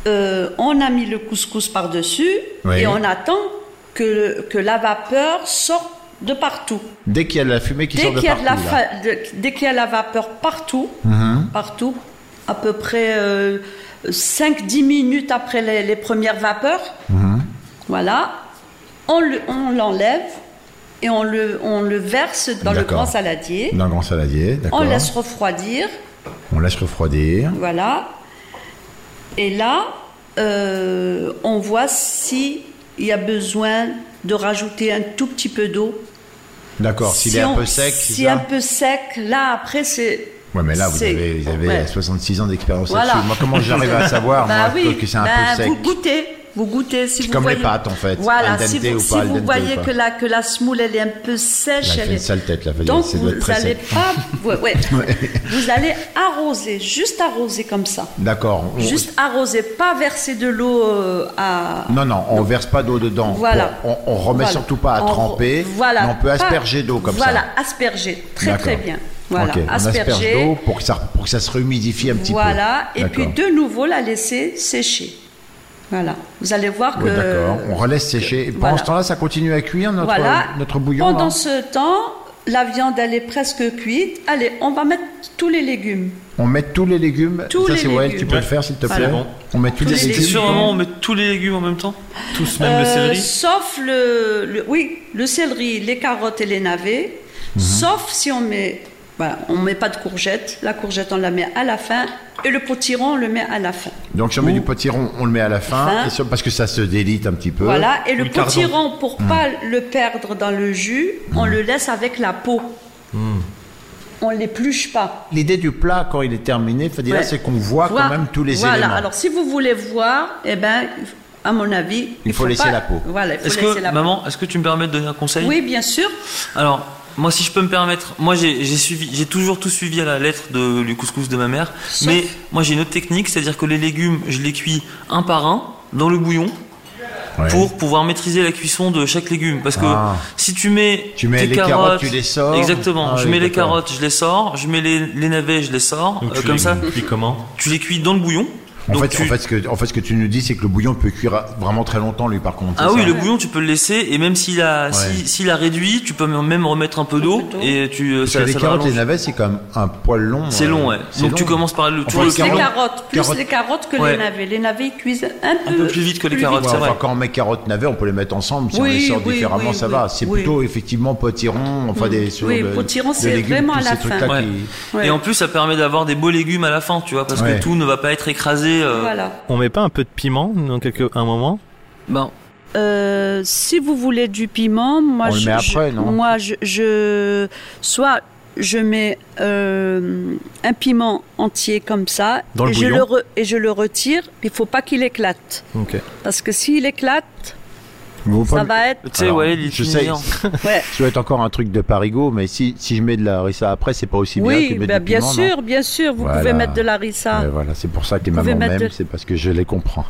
euh, on a mis le couscous par-dessus Oui. et on attend que, que la vapeur sorte de partout. Dès qu'il y a de la fumée qui Dès sort de qu'il y, a de partout. la là. Mhm. fa- de- dès qu'il y a la vapeur partout, partout, à peu près 5-10 minutes après les, les premières vapeurs, Mhm. voilà, on le- on l'enlève et on le, on le verse dans le D'accord. grand saladier. Dans le grand saladier, d'accord. On laisse refroidir. On laisse refroidir. Voilà. Et là, euh, on voit si il y a besoin de rajouter un tout petit peu d'eau. D'accord, s'il est on- un peu sec, c'est Si ça un peu sec, là après c'est. Ouais, mais là, vous c'est- avez, vous avez ouais. 66 ans d'expérience Voilà. là-dessus. Moi, comment j'arrive à savoir, moi, Bah oui, que c'est un bah, peu sec Vous goûtez, vous goûtez si vous comme les voyez. pâtes, en fait, Voilà, al dente si vous, ou pas si al vous dente ou voyez pas. que la que la semoule elle est un peu sèche, Là, elle elle fait est- une sale tête, là, Valérie, donc ça doit vous être très allez sec. pas, ouais, ouais. vous allez arroser, juste arroser comme ça. D'accord. on- Juste arroser, pas verser de l'eau euh, à. Non, non, on verse pas d'eau dedans. Voilà. On, on remet Voilà. surtout pas à On re- tremper. Voilà. mais on peut Pas- asperger d'eau comme voilà, ça. asperger. Très D'accord. très bien. Voilà, Ok, On asperge asperger. d'eau pour que ça, pour que ça se rumidifie un petit Voilà, peu. et puis D'accord. de nouveau la laisser sécher. Voilà. Vous allez voir que. Oui, D'accord. On relaisse sécher. Et pendant euh, Voilà. ce temps-là, ça continue à cuire notre, voilà. notre bouillon. hein. Pendant là ce temps, la viande elle est presque cuite. Allez, on va mettre tous les légumes. On met tous les légumes. Tous ça, les c'est ouais, tu légumes. peux le faire, s'il te Voilà. plaît. bon. On met tous, Tous les les T'es légumes. sûr, vraiment, on met tous les légumes en même temps Tous, même le Euh, céleri Sauf le, le- oui, le céleri, les carottes et les navets. Mhm. Sauf si on met, voilà, on met pas de courgettes. La courgette on la met à la fin et le potiron on le met à la fin. Donc, si on met du potiron, on le met à la fin, Fin. et sur- parce que ça se délite un petit peu. Hmm. Voilà. Et le le cardon. potiron pour pas le perdre dans le jus, on le laisse avec la peau. Hmm. On l'épluche pas. L'idée du plat, quand il est terminé, Fadila, Ouais. c'est qu'on voit Voi- quand même tous les voilà. éléments. Alors si vous voulez voir, eh ben, à mon avis, Il faut laisser pas- la peau. Voilà, il Ah, faut Est-ce laisser que, la peau. maman, est-ce que tu me permets de donner un conseil Oui, bien sûr. Alors, moi, si je peux me permettre, moi, j'ai j'ai suivi, j'ai toujours tout suivi à la lettre de, du couscous de ma mère. Sauf- Mais moi, j'ai une autre technique, c'est-à-dire que les légumes, je les cuis un par un dans le bouillon Ouais. pour pouvoir maîtriser la cuisson de chaque légume. Parce que Ah. si tu mets, Tu mets tes les carottes, tu les sors. Exactement. Ah je oui, mets les d'accord. carottes, je les sors. Je mets les, les navets, je les sors. Donc, Euh, tu comme les ça, cuis comment tu les cuis dans le bouillon. En, Donc fait, tu- en, fait, ce que, en fait, ce que tu nous dis, c'est que le bouillon peut cuire vraiment très longtemps, lui, par contre. Ah c'est oui, ça le bouillon, tu peux le laisser, et même s'il a, si- s'il a réduit, tu peux même remettre un peu d'eau, peu d'eau. et tu, euh, Parce que ça, les ça carottes, les rallonge. navets, c'est quand même un poil long. C'est euh, long, ouais. c'est Donc tu long. commences par le, toujours Enfin, le les Les carotte. carottes, plus Carottes. les carottes que Ouais. les navets. Les navets ils cuisent un peu, peu plus vite que les carottes, Ouais, c'est enfin, vrai. quand on met carottes navets, on peut les mettre ensemble. Si on Oui, les sort oui, différemment, oui, ça oui, va. C'est oui. plutôt effectivement potiron, Mm. enfin des ce genre Oui, de- potiron, de c'est légumes, vraiment tous à la ces trucs-là fin. qui- Ouais. Et en plus, ça permet d'avoir des beaux légumes à la fin, tu vois, parce Ouais. que tout ne va pas être écrasé. euh, Voilà. On met pas un peu de piment dans quelque, un moment ben, Euh, si vous voulez du piment, moi On le je, met je- après, non moi je, je- soit je mets euh, un piment entier comme ça Dans le et, je bouillon. le re- et je le retire. Il faut pas qu'il éclate Ok. parce que s'il éclate, Vous ça pouvez- va être Tu sais, Alors, ouais, il est je sais. finissant. ouais. Ça doit être encore un truc de Parigo, mais si, si je mets de la harissa après, c'est pas aussi bien Oui, que de bah, bien sûr, bien sûr, vous Voilà. pouvez mettre de l'arissa. voilà, c'est pour ça que les Vous mamans pouvez mettre m'aiment, de- c'est parce que je les comprends.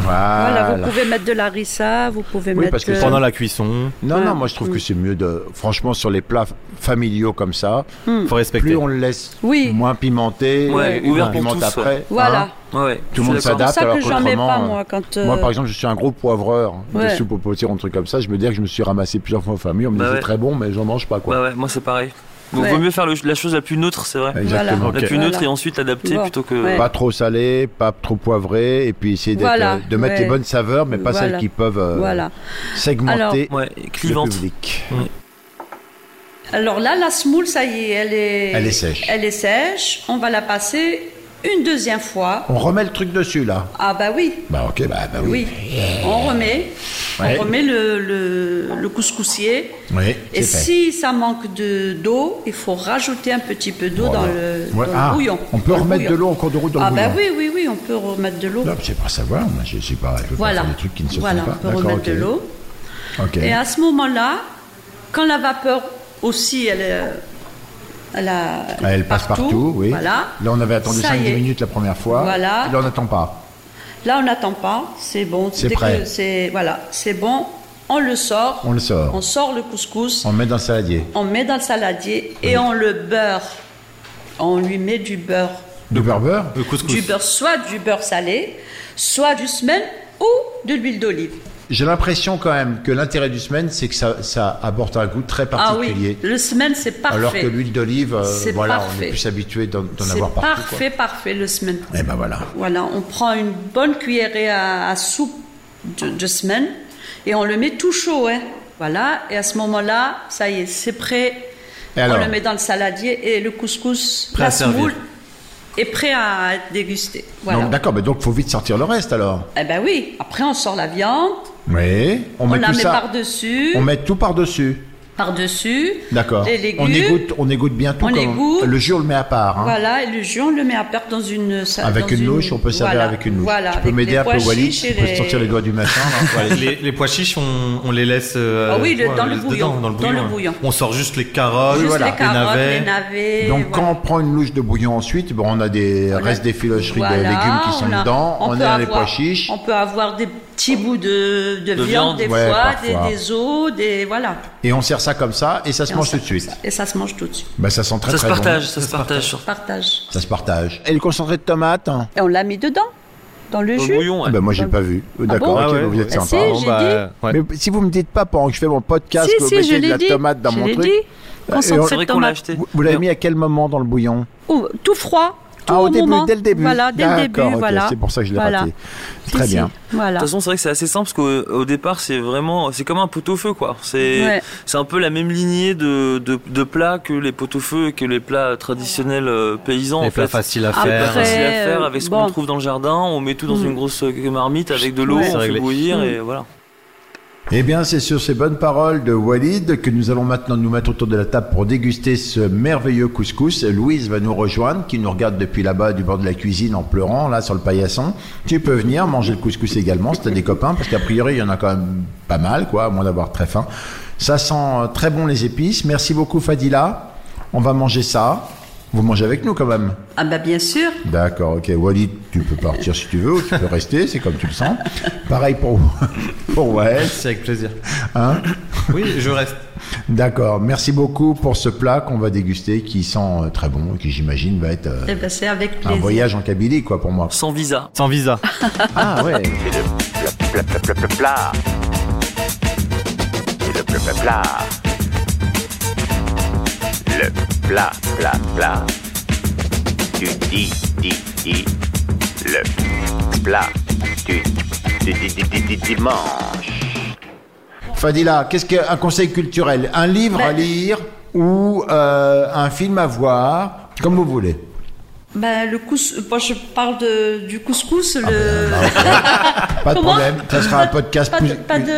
Voilà, voilà. vous pouvez mettre de l'arissa, vous pouvez Oui, mettre. parce que euh, Pendant la cuisson, Non, Voilà. non, moi je trouve que c'est mieux de. Franchement, sur les plats familiaux comme ça, faut respecter. plus on le laisse Oui. moins pimenté, Ouais, moins ouvert pour pimenté tous, après. Voilà. hein. Ouais, ouais, Tout je suis le monde d'accord. C'est pour s'adapte. ça alors que j'en mets qu'autrement, pas euh, moi quand. Moi, euh, par exemple, je suis un gros poivreur hein, de Ouais. soupe aux potirons, un truc comme ça. Je me dis que je me suis ramassé plusieurs fois en famille. On me dit Bah ouais. Bah c'est très bon, mais j'en mange pas quoi. Ouais, ouais, moi c'est pareil. Donc Ouais. vaut mieux faire le- la chose la plus neutre, c'est vrai. Exactement. La Ok. plus neutre Voilà. et ensuite l'adapter Bon. plutôt que. Ouais. Pas trop salé, pas trop poivré, et puis essayer d'être, Voilà, euh, de mettre ouais. les bonnes saveurs, mais pas Voilà. celles qui peuvent euh, Voilà. Alors, segmenter Ouais, le clivante. public. Alors là, la semoule, ça y est, elle est. Elle est sèche. Elle est sèche. On va la passer une deuxième fois. On remet le truc dessus là. Ah bah oui, Bah ok, bah, bah oui. oui. On remet. Ouais. On remet le, le, le couscoussier. Oui, Et c'est fait. si ça manque de d'eau, il faut rajouter un petit peu d'eau dans, le, Ouais, dans ah, le bouillon. on peut Dans le remettre de bouillon. l'eau en cours de route dans Ah le bah bouillon. oui, oui, oui, on peut remettre de l'eau. Non, je sais pas savoir, moi je sais pas. Je veux Voilà. pas faire des trucs qui ne se voilà, font pas. on peut D'accord, remettre ok. de l'eau. Ok. Et à ce moment-là, quand la vapeur aussi, elle, est- elle, a- Ah, Elle passe partout, oui. Voilà. Là, on avait attendu Ça y 5-10 est. minutes la première fois. Voilà. Là, on n'attend pas. Là, on n'attend pas. C'est bon. C'est Dès prêt. que C'est voilà, c'est bon. On le sort. On le sort. On sort le couscous. On On, le met dans le saladier. met dans le saladier et on le beurre. On lui met du beurre, Du beurre Le couscous. du beurre, soit du beurre salé, soit du semaine ou de l'huile d'olive. J'ai l'impression quand même que l'intérêt du semaine, c'est que ça, ça apporte un goût très Ah oui, particulier. le semaine c'est parfait. alors que l'huile d'olive, euh, C'est voilà, on parfait. est plus habitué d'en d'en C'est avoir partout. quoi. parfait, parfait le semaine. Eh ben voilà. Voilà, on prend une bonne cuillerée à, à soupe de, de semaine et on le met tout chaud, hein. Voilà, et à ce moment-là, ça y est, c'est prêt. Et on alors le met dans le saladier et le couscous, Prêt à la servir. semoule, est prêt à être dégusté. Voilà. Donc, D'accord, mais donc faut vite sortir le reste alors. eh ben oui, après on sort la viande, Oui. On, on met la tout met ça. par-dessus, On met tout par-dessus. par-dessus, D'accord. les légumes. On égoutte, on égoutte bien tout. On comme- égoutte. Le jus, on le met à part. hein. Voilà, et le jus, on le met à part dans une... sa- Avec dans une louche, on peut servir voilà, avec une louche. Voilà, tu peux avec m'aider les un peu, pois Walid chiches Tu et peux te sortir les doigts du machin. là. Ouais, les, les pois chiches, on, on les laisse. euh, Ah oui, le- ouais, dans le dedans, bouillon, dans le dans bouillon. le bouillon. On sort juste les Ah carottes, Juste voilà, les carottes, navets. les navets. Donc voilà. quand on prend une louche de bouillon ensuite, bon, on a des restes des filocheries Voilà, de légumes qui sont on a- dedans, on, peut a les avoir- pois chiches. On peut avoir des petits bouts de, de viande. viande, des Ouais, fois, parfois. des, des os, des. Voilà. Et on sert ça comme ça et ça se Et on mange tout sert de suite. comme ça. Et ça se mange tout de suite. Bah, ça sent très Ça se très partage, bon. ça se partage surtout. Partage. Ça se partage. Et le concentré de tomate hein Et on l'a mis dedans, dans le Dans le jus. bouillon, ouais. Ah bah, Moi j'ai pas vu. D'accord, bon ok, Ah ouais, bah, vous êtes ouais. sympa. Si, Bon, j'ai bah, ouais. Mais si vous me dites pas pendant que je fais mon podcast si, que vous si, je mettez de l'ai la dit. tomate dans je mon l'ai truc, dit. on- C'est Concentré vrai de qu'on l'a tomate. acheté. vous, vous l'avez Mais- mis à quel moment dans le bouillon Oh, tout froid. Tout Ah, au au début, moment. dès le début. Voilà, dès le début. D'accord, ok, voilà. c'est pour ça que je l'ai Voilà. raté. Si, Très si, bien. Voilà. De toute façon, c'est vrai que c'est assez simple parce qu'au au départ, c'est vraiment, c'est comme un pot-au-feu, quoi. C'est, Ouais. c'est un peu la même lignée de, de, de plats que les pot-au-feu et que les plats traditionnels euh, paysans. Les en plats fait. faciles à Ah, Après, faire. Facile à faire euh, avec ce bon. qu'on trouve dans le jardin. On met tout dans une grosse euh, marmite avec de l'eau, Ouais. on C'est fait réglé. bouillir et voilà. Eh bien, c'est sur ces bonnes paroles de Walid que nous allons maintenant nous mettre autour de la table pour déguster ce merveilleux couscous. Louise va nous rejoindre, qui nous regarde depuis là-bas du bord de la cuisine en pleurant, là, sur le paillasson. Tu peux venir manger le couscous également, si t'as des copains, parce qu'a priori, il y en a quand même pas mal, quoi, à moins d'avoir très faim. Ça sent euh, très bon les épices. Merci beaucoup, Fadila. On va manger ça. Vous mangez avec nous quand même. Ah, bah, bien sûr. D'accord, ok. Walid, tu peux partir si tu veux, ou tu peux rester, c'est comme tu le sens. Pareil pour, pour Wael. C'est avec plaisir. Hein Oui, je reste. D'accord, merci beaucoup pour ce plat qu'on va déguster qui sent euh, très bon et qui j'imagine va être euh, Eh ben, c'est avec un plaisir. voyage en Kabylie quoi pour moi. Sans visa. Sans visa. Ah ouais. C'est le pla- pla- pla- pla- pla- plat. C'est le pla- pla- plat. Le plat, plat, plat. Tu dis, dis, dis. Le plat du, du, du- du- du- du dimanche. Fadila, qu'est-ce qu'un conseil culturel Un livre à Ben- lire ou euh, un film à voir Comme vous voulez. Ben, le couscous, bon, je parle de- du couscous, Ah, le... bah, Pas de Comment problème, ça sera un podcast Pas de... plus- Pas de...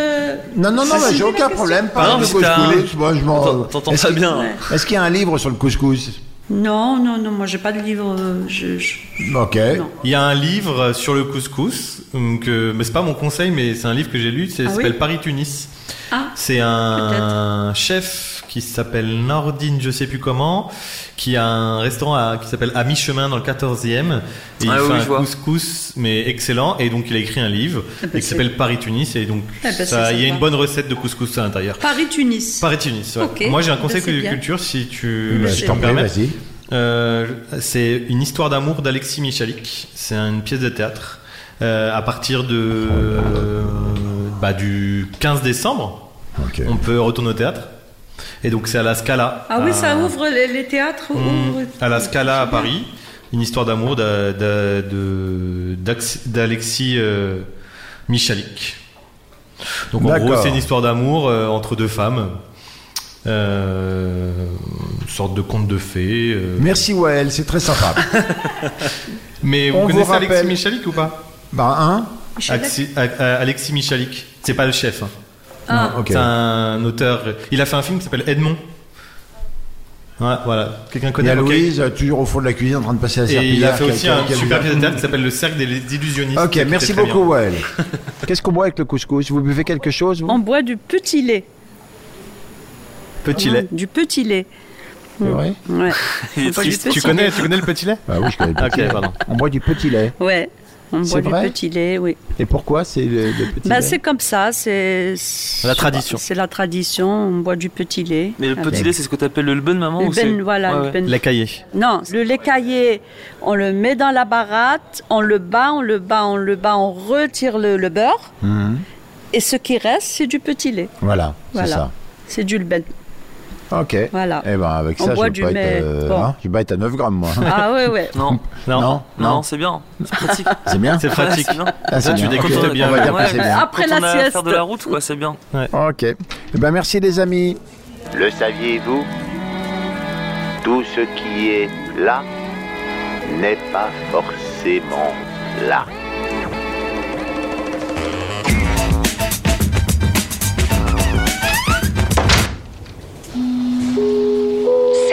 Non, non, non, Si, mais si, j'ai mais la aucun question- problème. Ah non, Parle de mais c'est un- couscous, moi je m'en. T'en- T'entends Est-ce ça qu'il- bien. Ouais. Est-ce qu'il y a un livre sur le couscous Non, non, non, moi j'ai pas de livre. euh, Je, je- Ok. Non. Il y a un livre sur le couscous, donc, euh, mais c'est pas mon conseil, mais c'est un livre que j'ai lu, c'est Ah ça oui s'appelle Paris-Tunis. Ah, C'est un chef qui s'appelle Nordine, je sais plus comment, qui a un restaurant à- qui s'appelle À mi-chemin dans le 14e. Et il Ah fait oui, un je vois. couscous, mais excellent. Et donc, il a écrit un livre Ah bah et qui c'est- s'appelle Paris-Tunis. Et donc, Ah bah c'est ça- il y sympa. a une bonne recette de couscous à l'intérieur. Paris-Tunis. Paris-Tunis, ouais. Ok, Moi, j'ai un bah, conseil c'est de bien. culture, si tu, Bah, si je tu t'en me prie, permets. vas-y. Euh, c'est une histoire d'amour d'Alexis Michalik. C'est une pièce de théâtre euh, à partir de euh, bah, du 15 décembre. Ok. On peut retourner au théâtre. Et donc c'est à la Scala. Ah oui, à- ça ouvre les, les théâtres. ouvrent- Hmm. à la Scala à Paris. Une histoire d'amour d'a- d'a- de- d'Ax- d'Alexis euh, Michalik. Donc en D'accord. gros, c'est une histoire d'amour euh, entre deux femmes. Euh, une sorte de conte de fées. euh. Merci Wael, c'est très sympa. Mais vous On vous connaissez rappelle- Alexis Michalik ou pas bah, hein Michel- Axi- A- A- Alexis Michalik. C'est pas le chef. hein. Ah, Ok. C'est un auteur. Il a fait un film qui s'appelle Edmond. Ouais, voilà. Quelqu'un Il y connaît a ok. Louise, euh, toujours au fond de la cuisine, en train de passer la Et serpillière. il a fait qui aussi qui a un bien bien. super pièce de théâtre qui s'appelle Le Cercle des Illusionnistes. Ok, qui était merci très beaucoup bien. Wael. Qu'est-ce qu'on boit avec le couscous Vous buvez quelque chose vous On boit du petit lait. Petit lait. Du petit lait. C'est vrai Ouais. Il est On boit du triste. petit Tu connais, tu connais le petit lait Bah oui, je connais le petit Ok, lait. pardon. On boit du petit lait. lait. Ouais. On C'est boit du vrai petit lait, oui. Et pourquoi c'est le, le petit Bah, lait c'est comme ça, c'est. c'est- La tradition. C'est la tradition, on boit du petit lait. Mais le petit lait, c'est ce que t'appelles le leben, maman Le ou c'est- ben, voilà, Ouais, le ouais. ben. La caillée. Non, le lait caillé, on le met dans la baratte, on le bat, on le bat, on le bat, on retire le, le beurre. Mhm. Et ce qui reste, c'est du petit lait. Voilà, c'est Voilà. C'est du leben. ça. Ok. Voilà. Eh ben avec On ça, je boit vais du pas lait. être, euh, Bon. hein, je vais pas être à 9 grammes moi. Ah ouais, ouais. Non, Non. non, non, c'est bien. C'est pratique. c'est bien. C'est pratique. Ouais, c'est bien. Ah, c'est Ça, tu bien. découvres Ok. bien. On va dire Ouais, que c'est ouais. bien. Après Quand la on a à sieste. faire de la route, quoi, c'est bien. ah. Ok. Eh ben merci les amis. Le saviez-vous Tout ce qui est là n'est pas forcément là.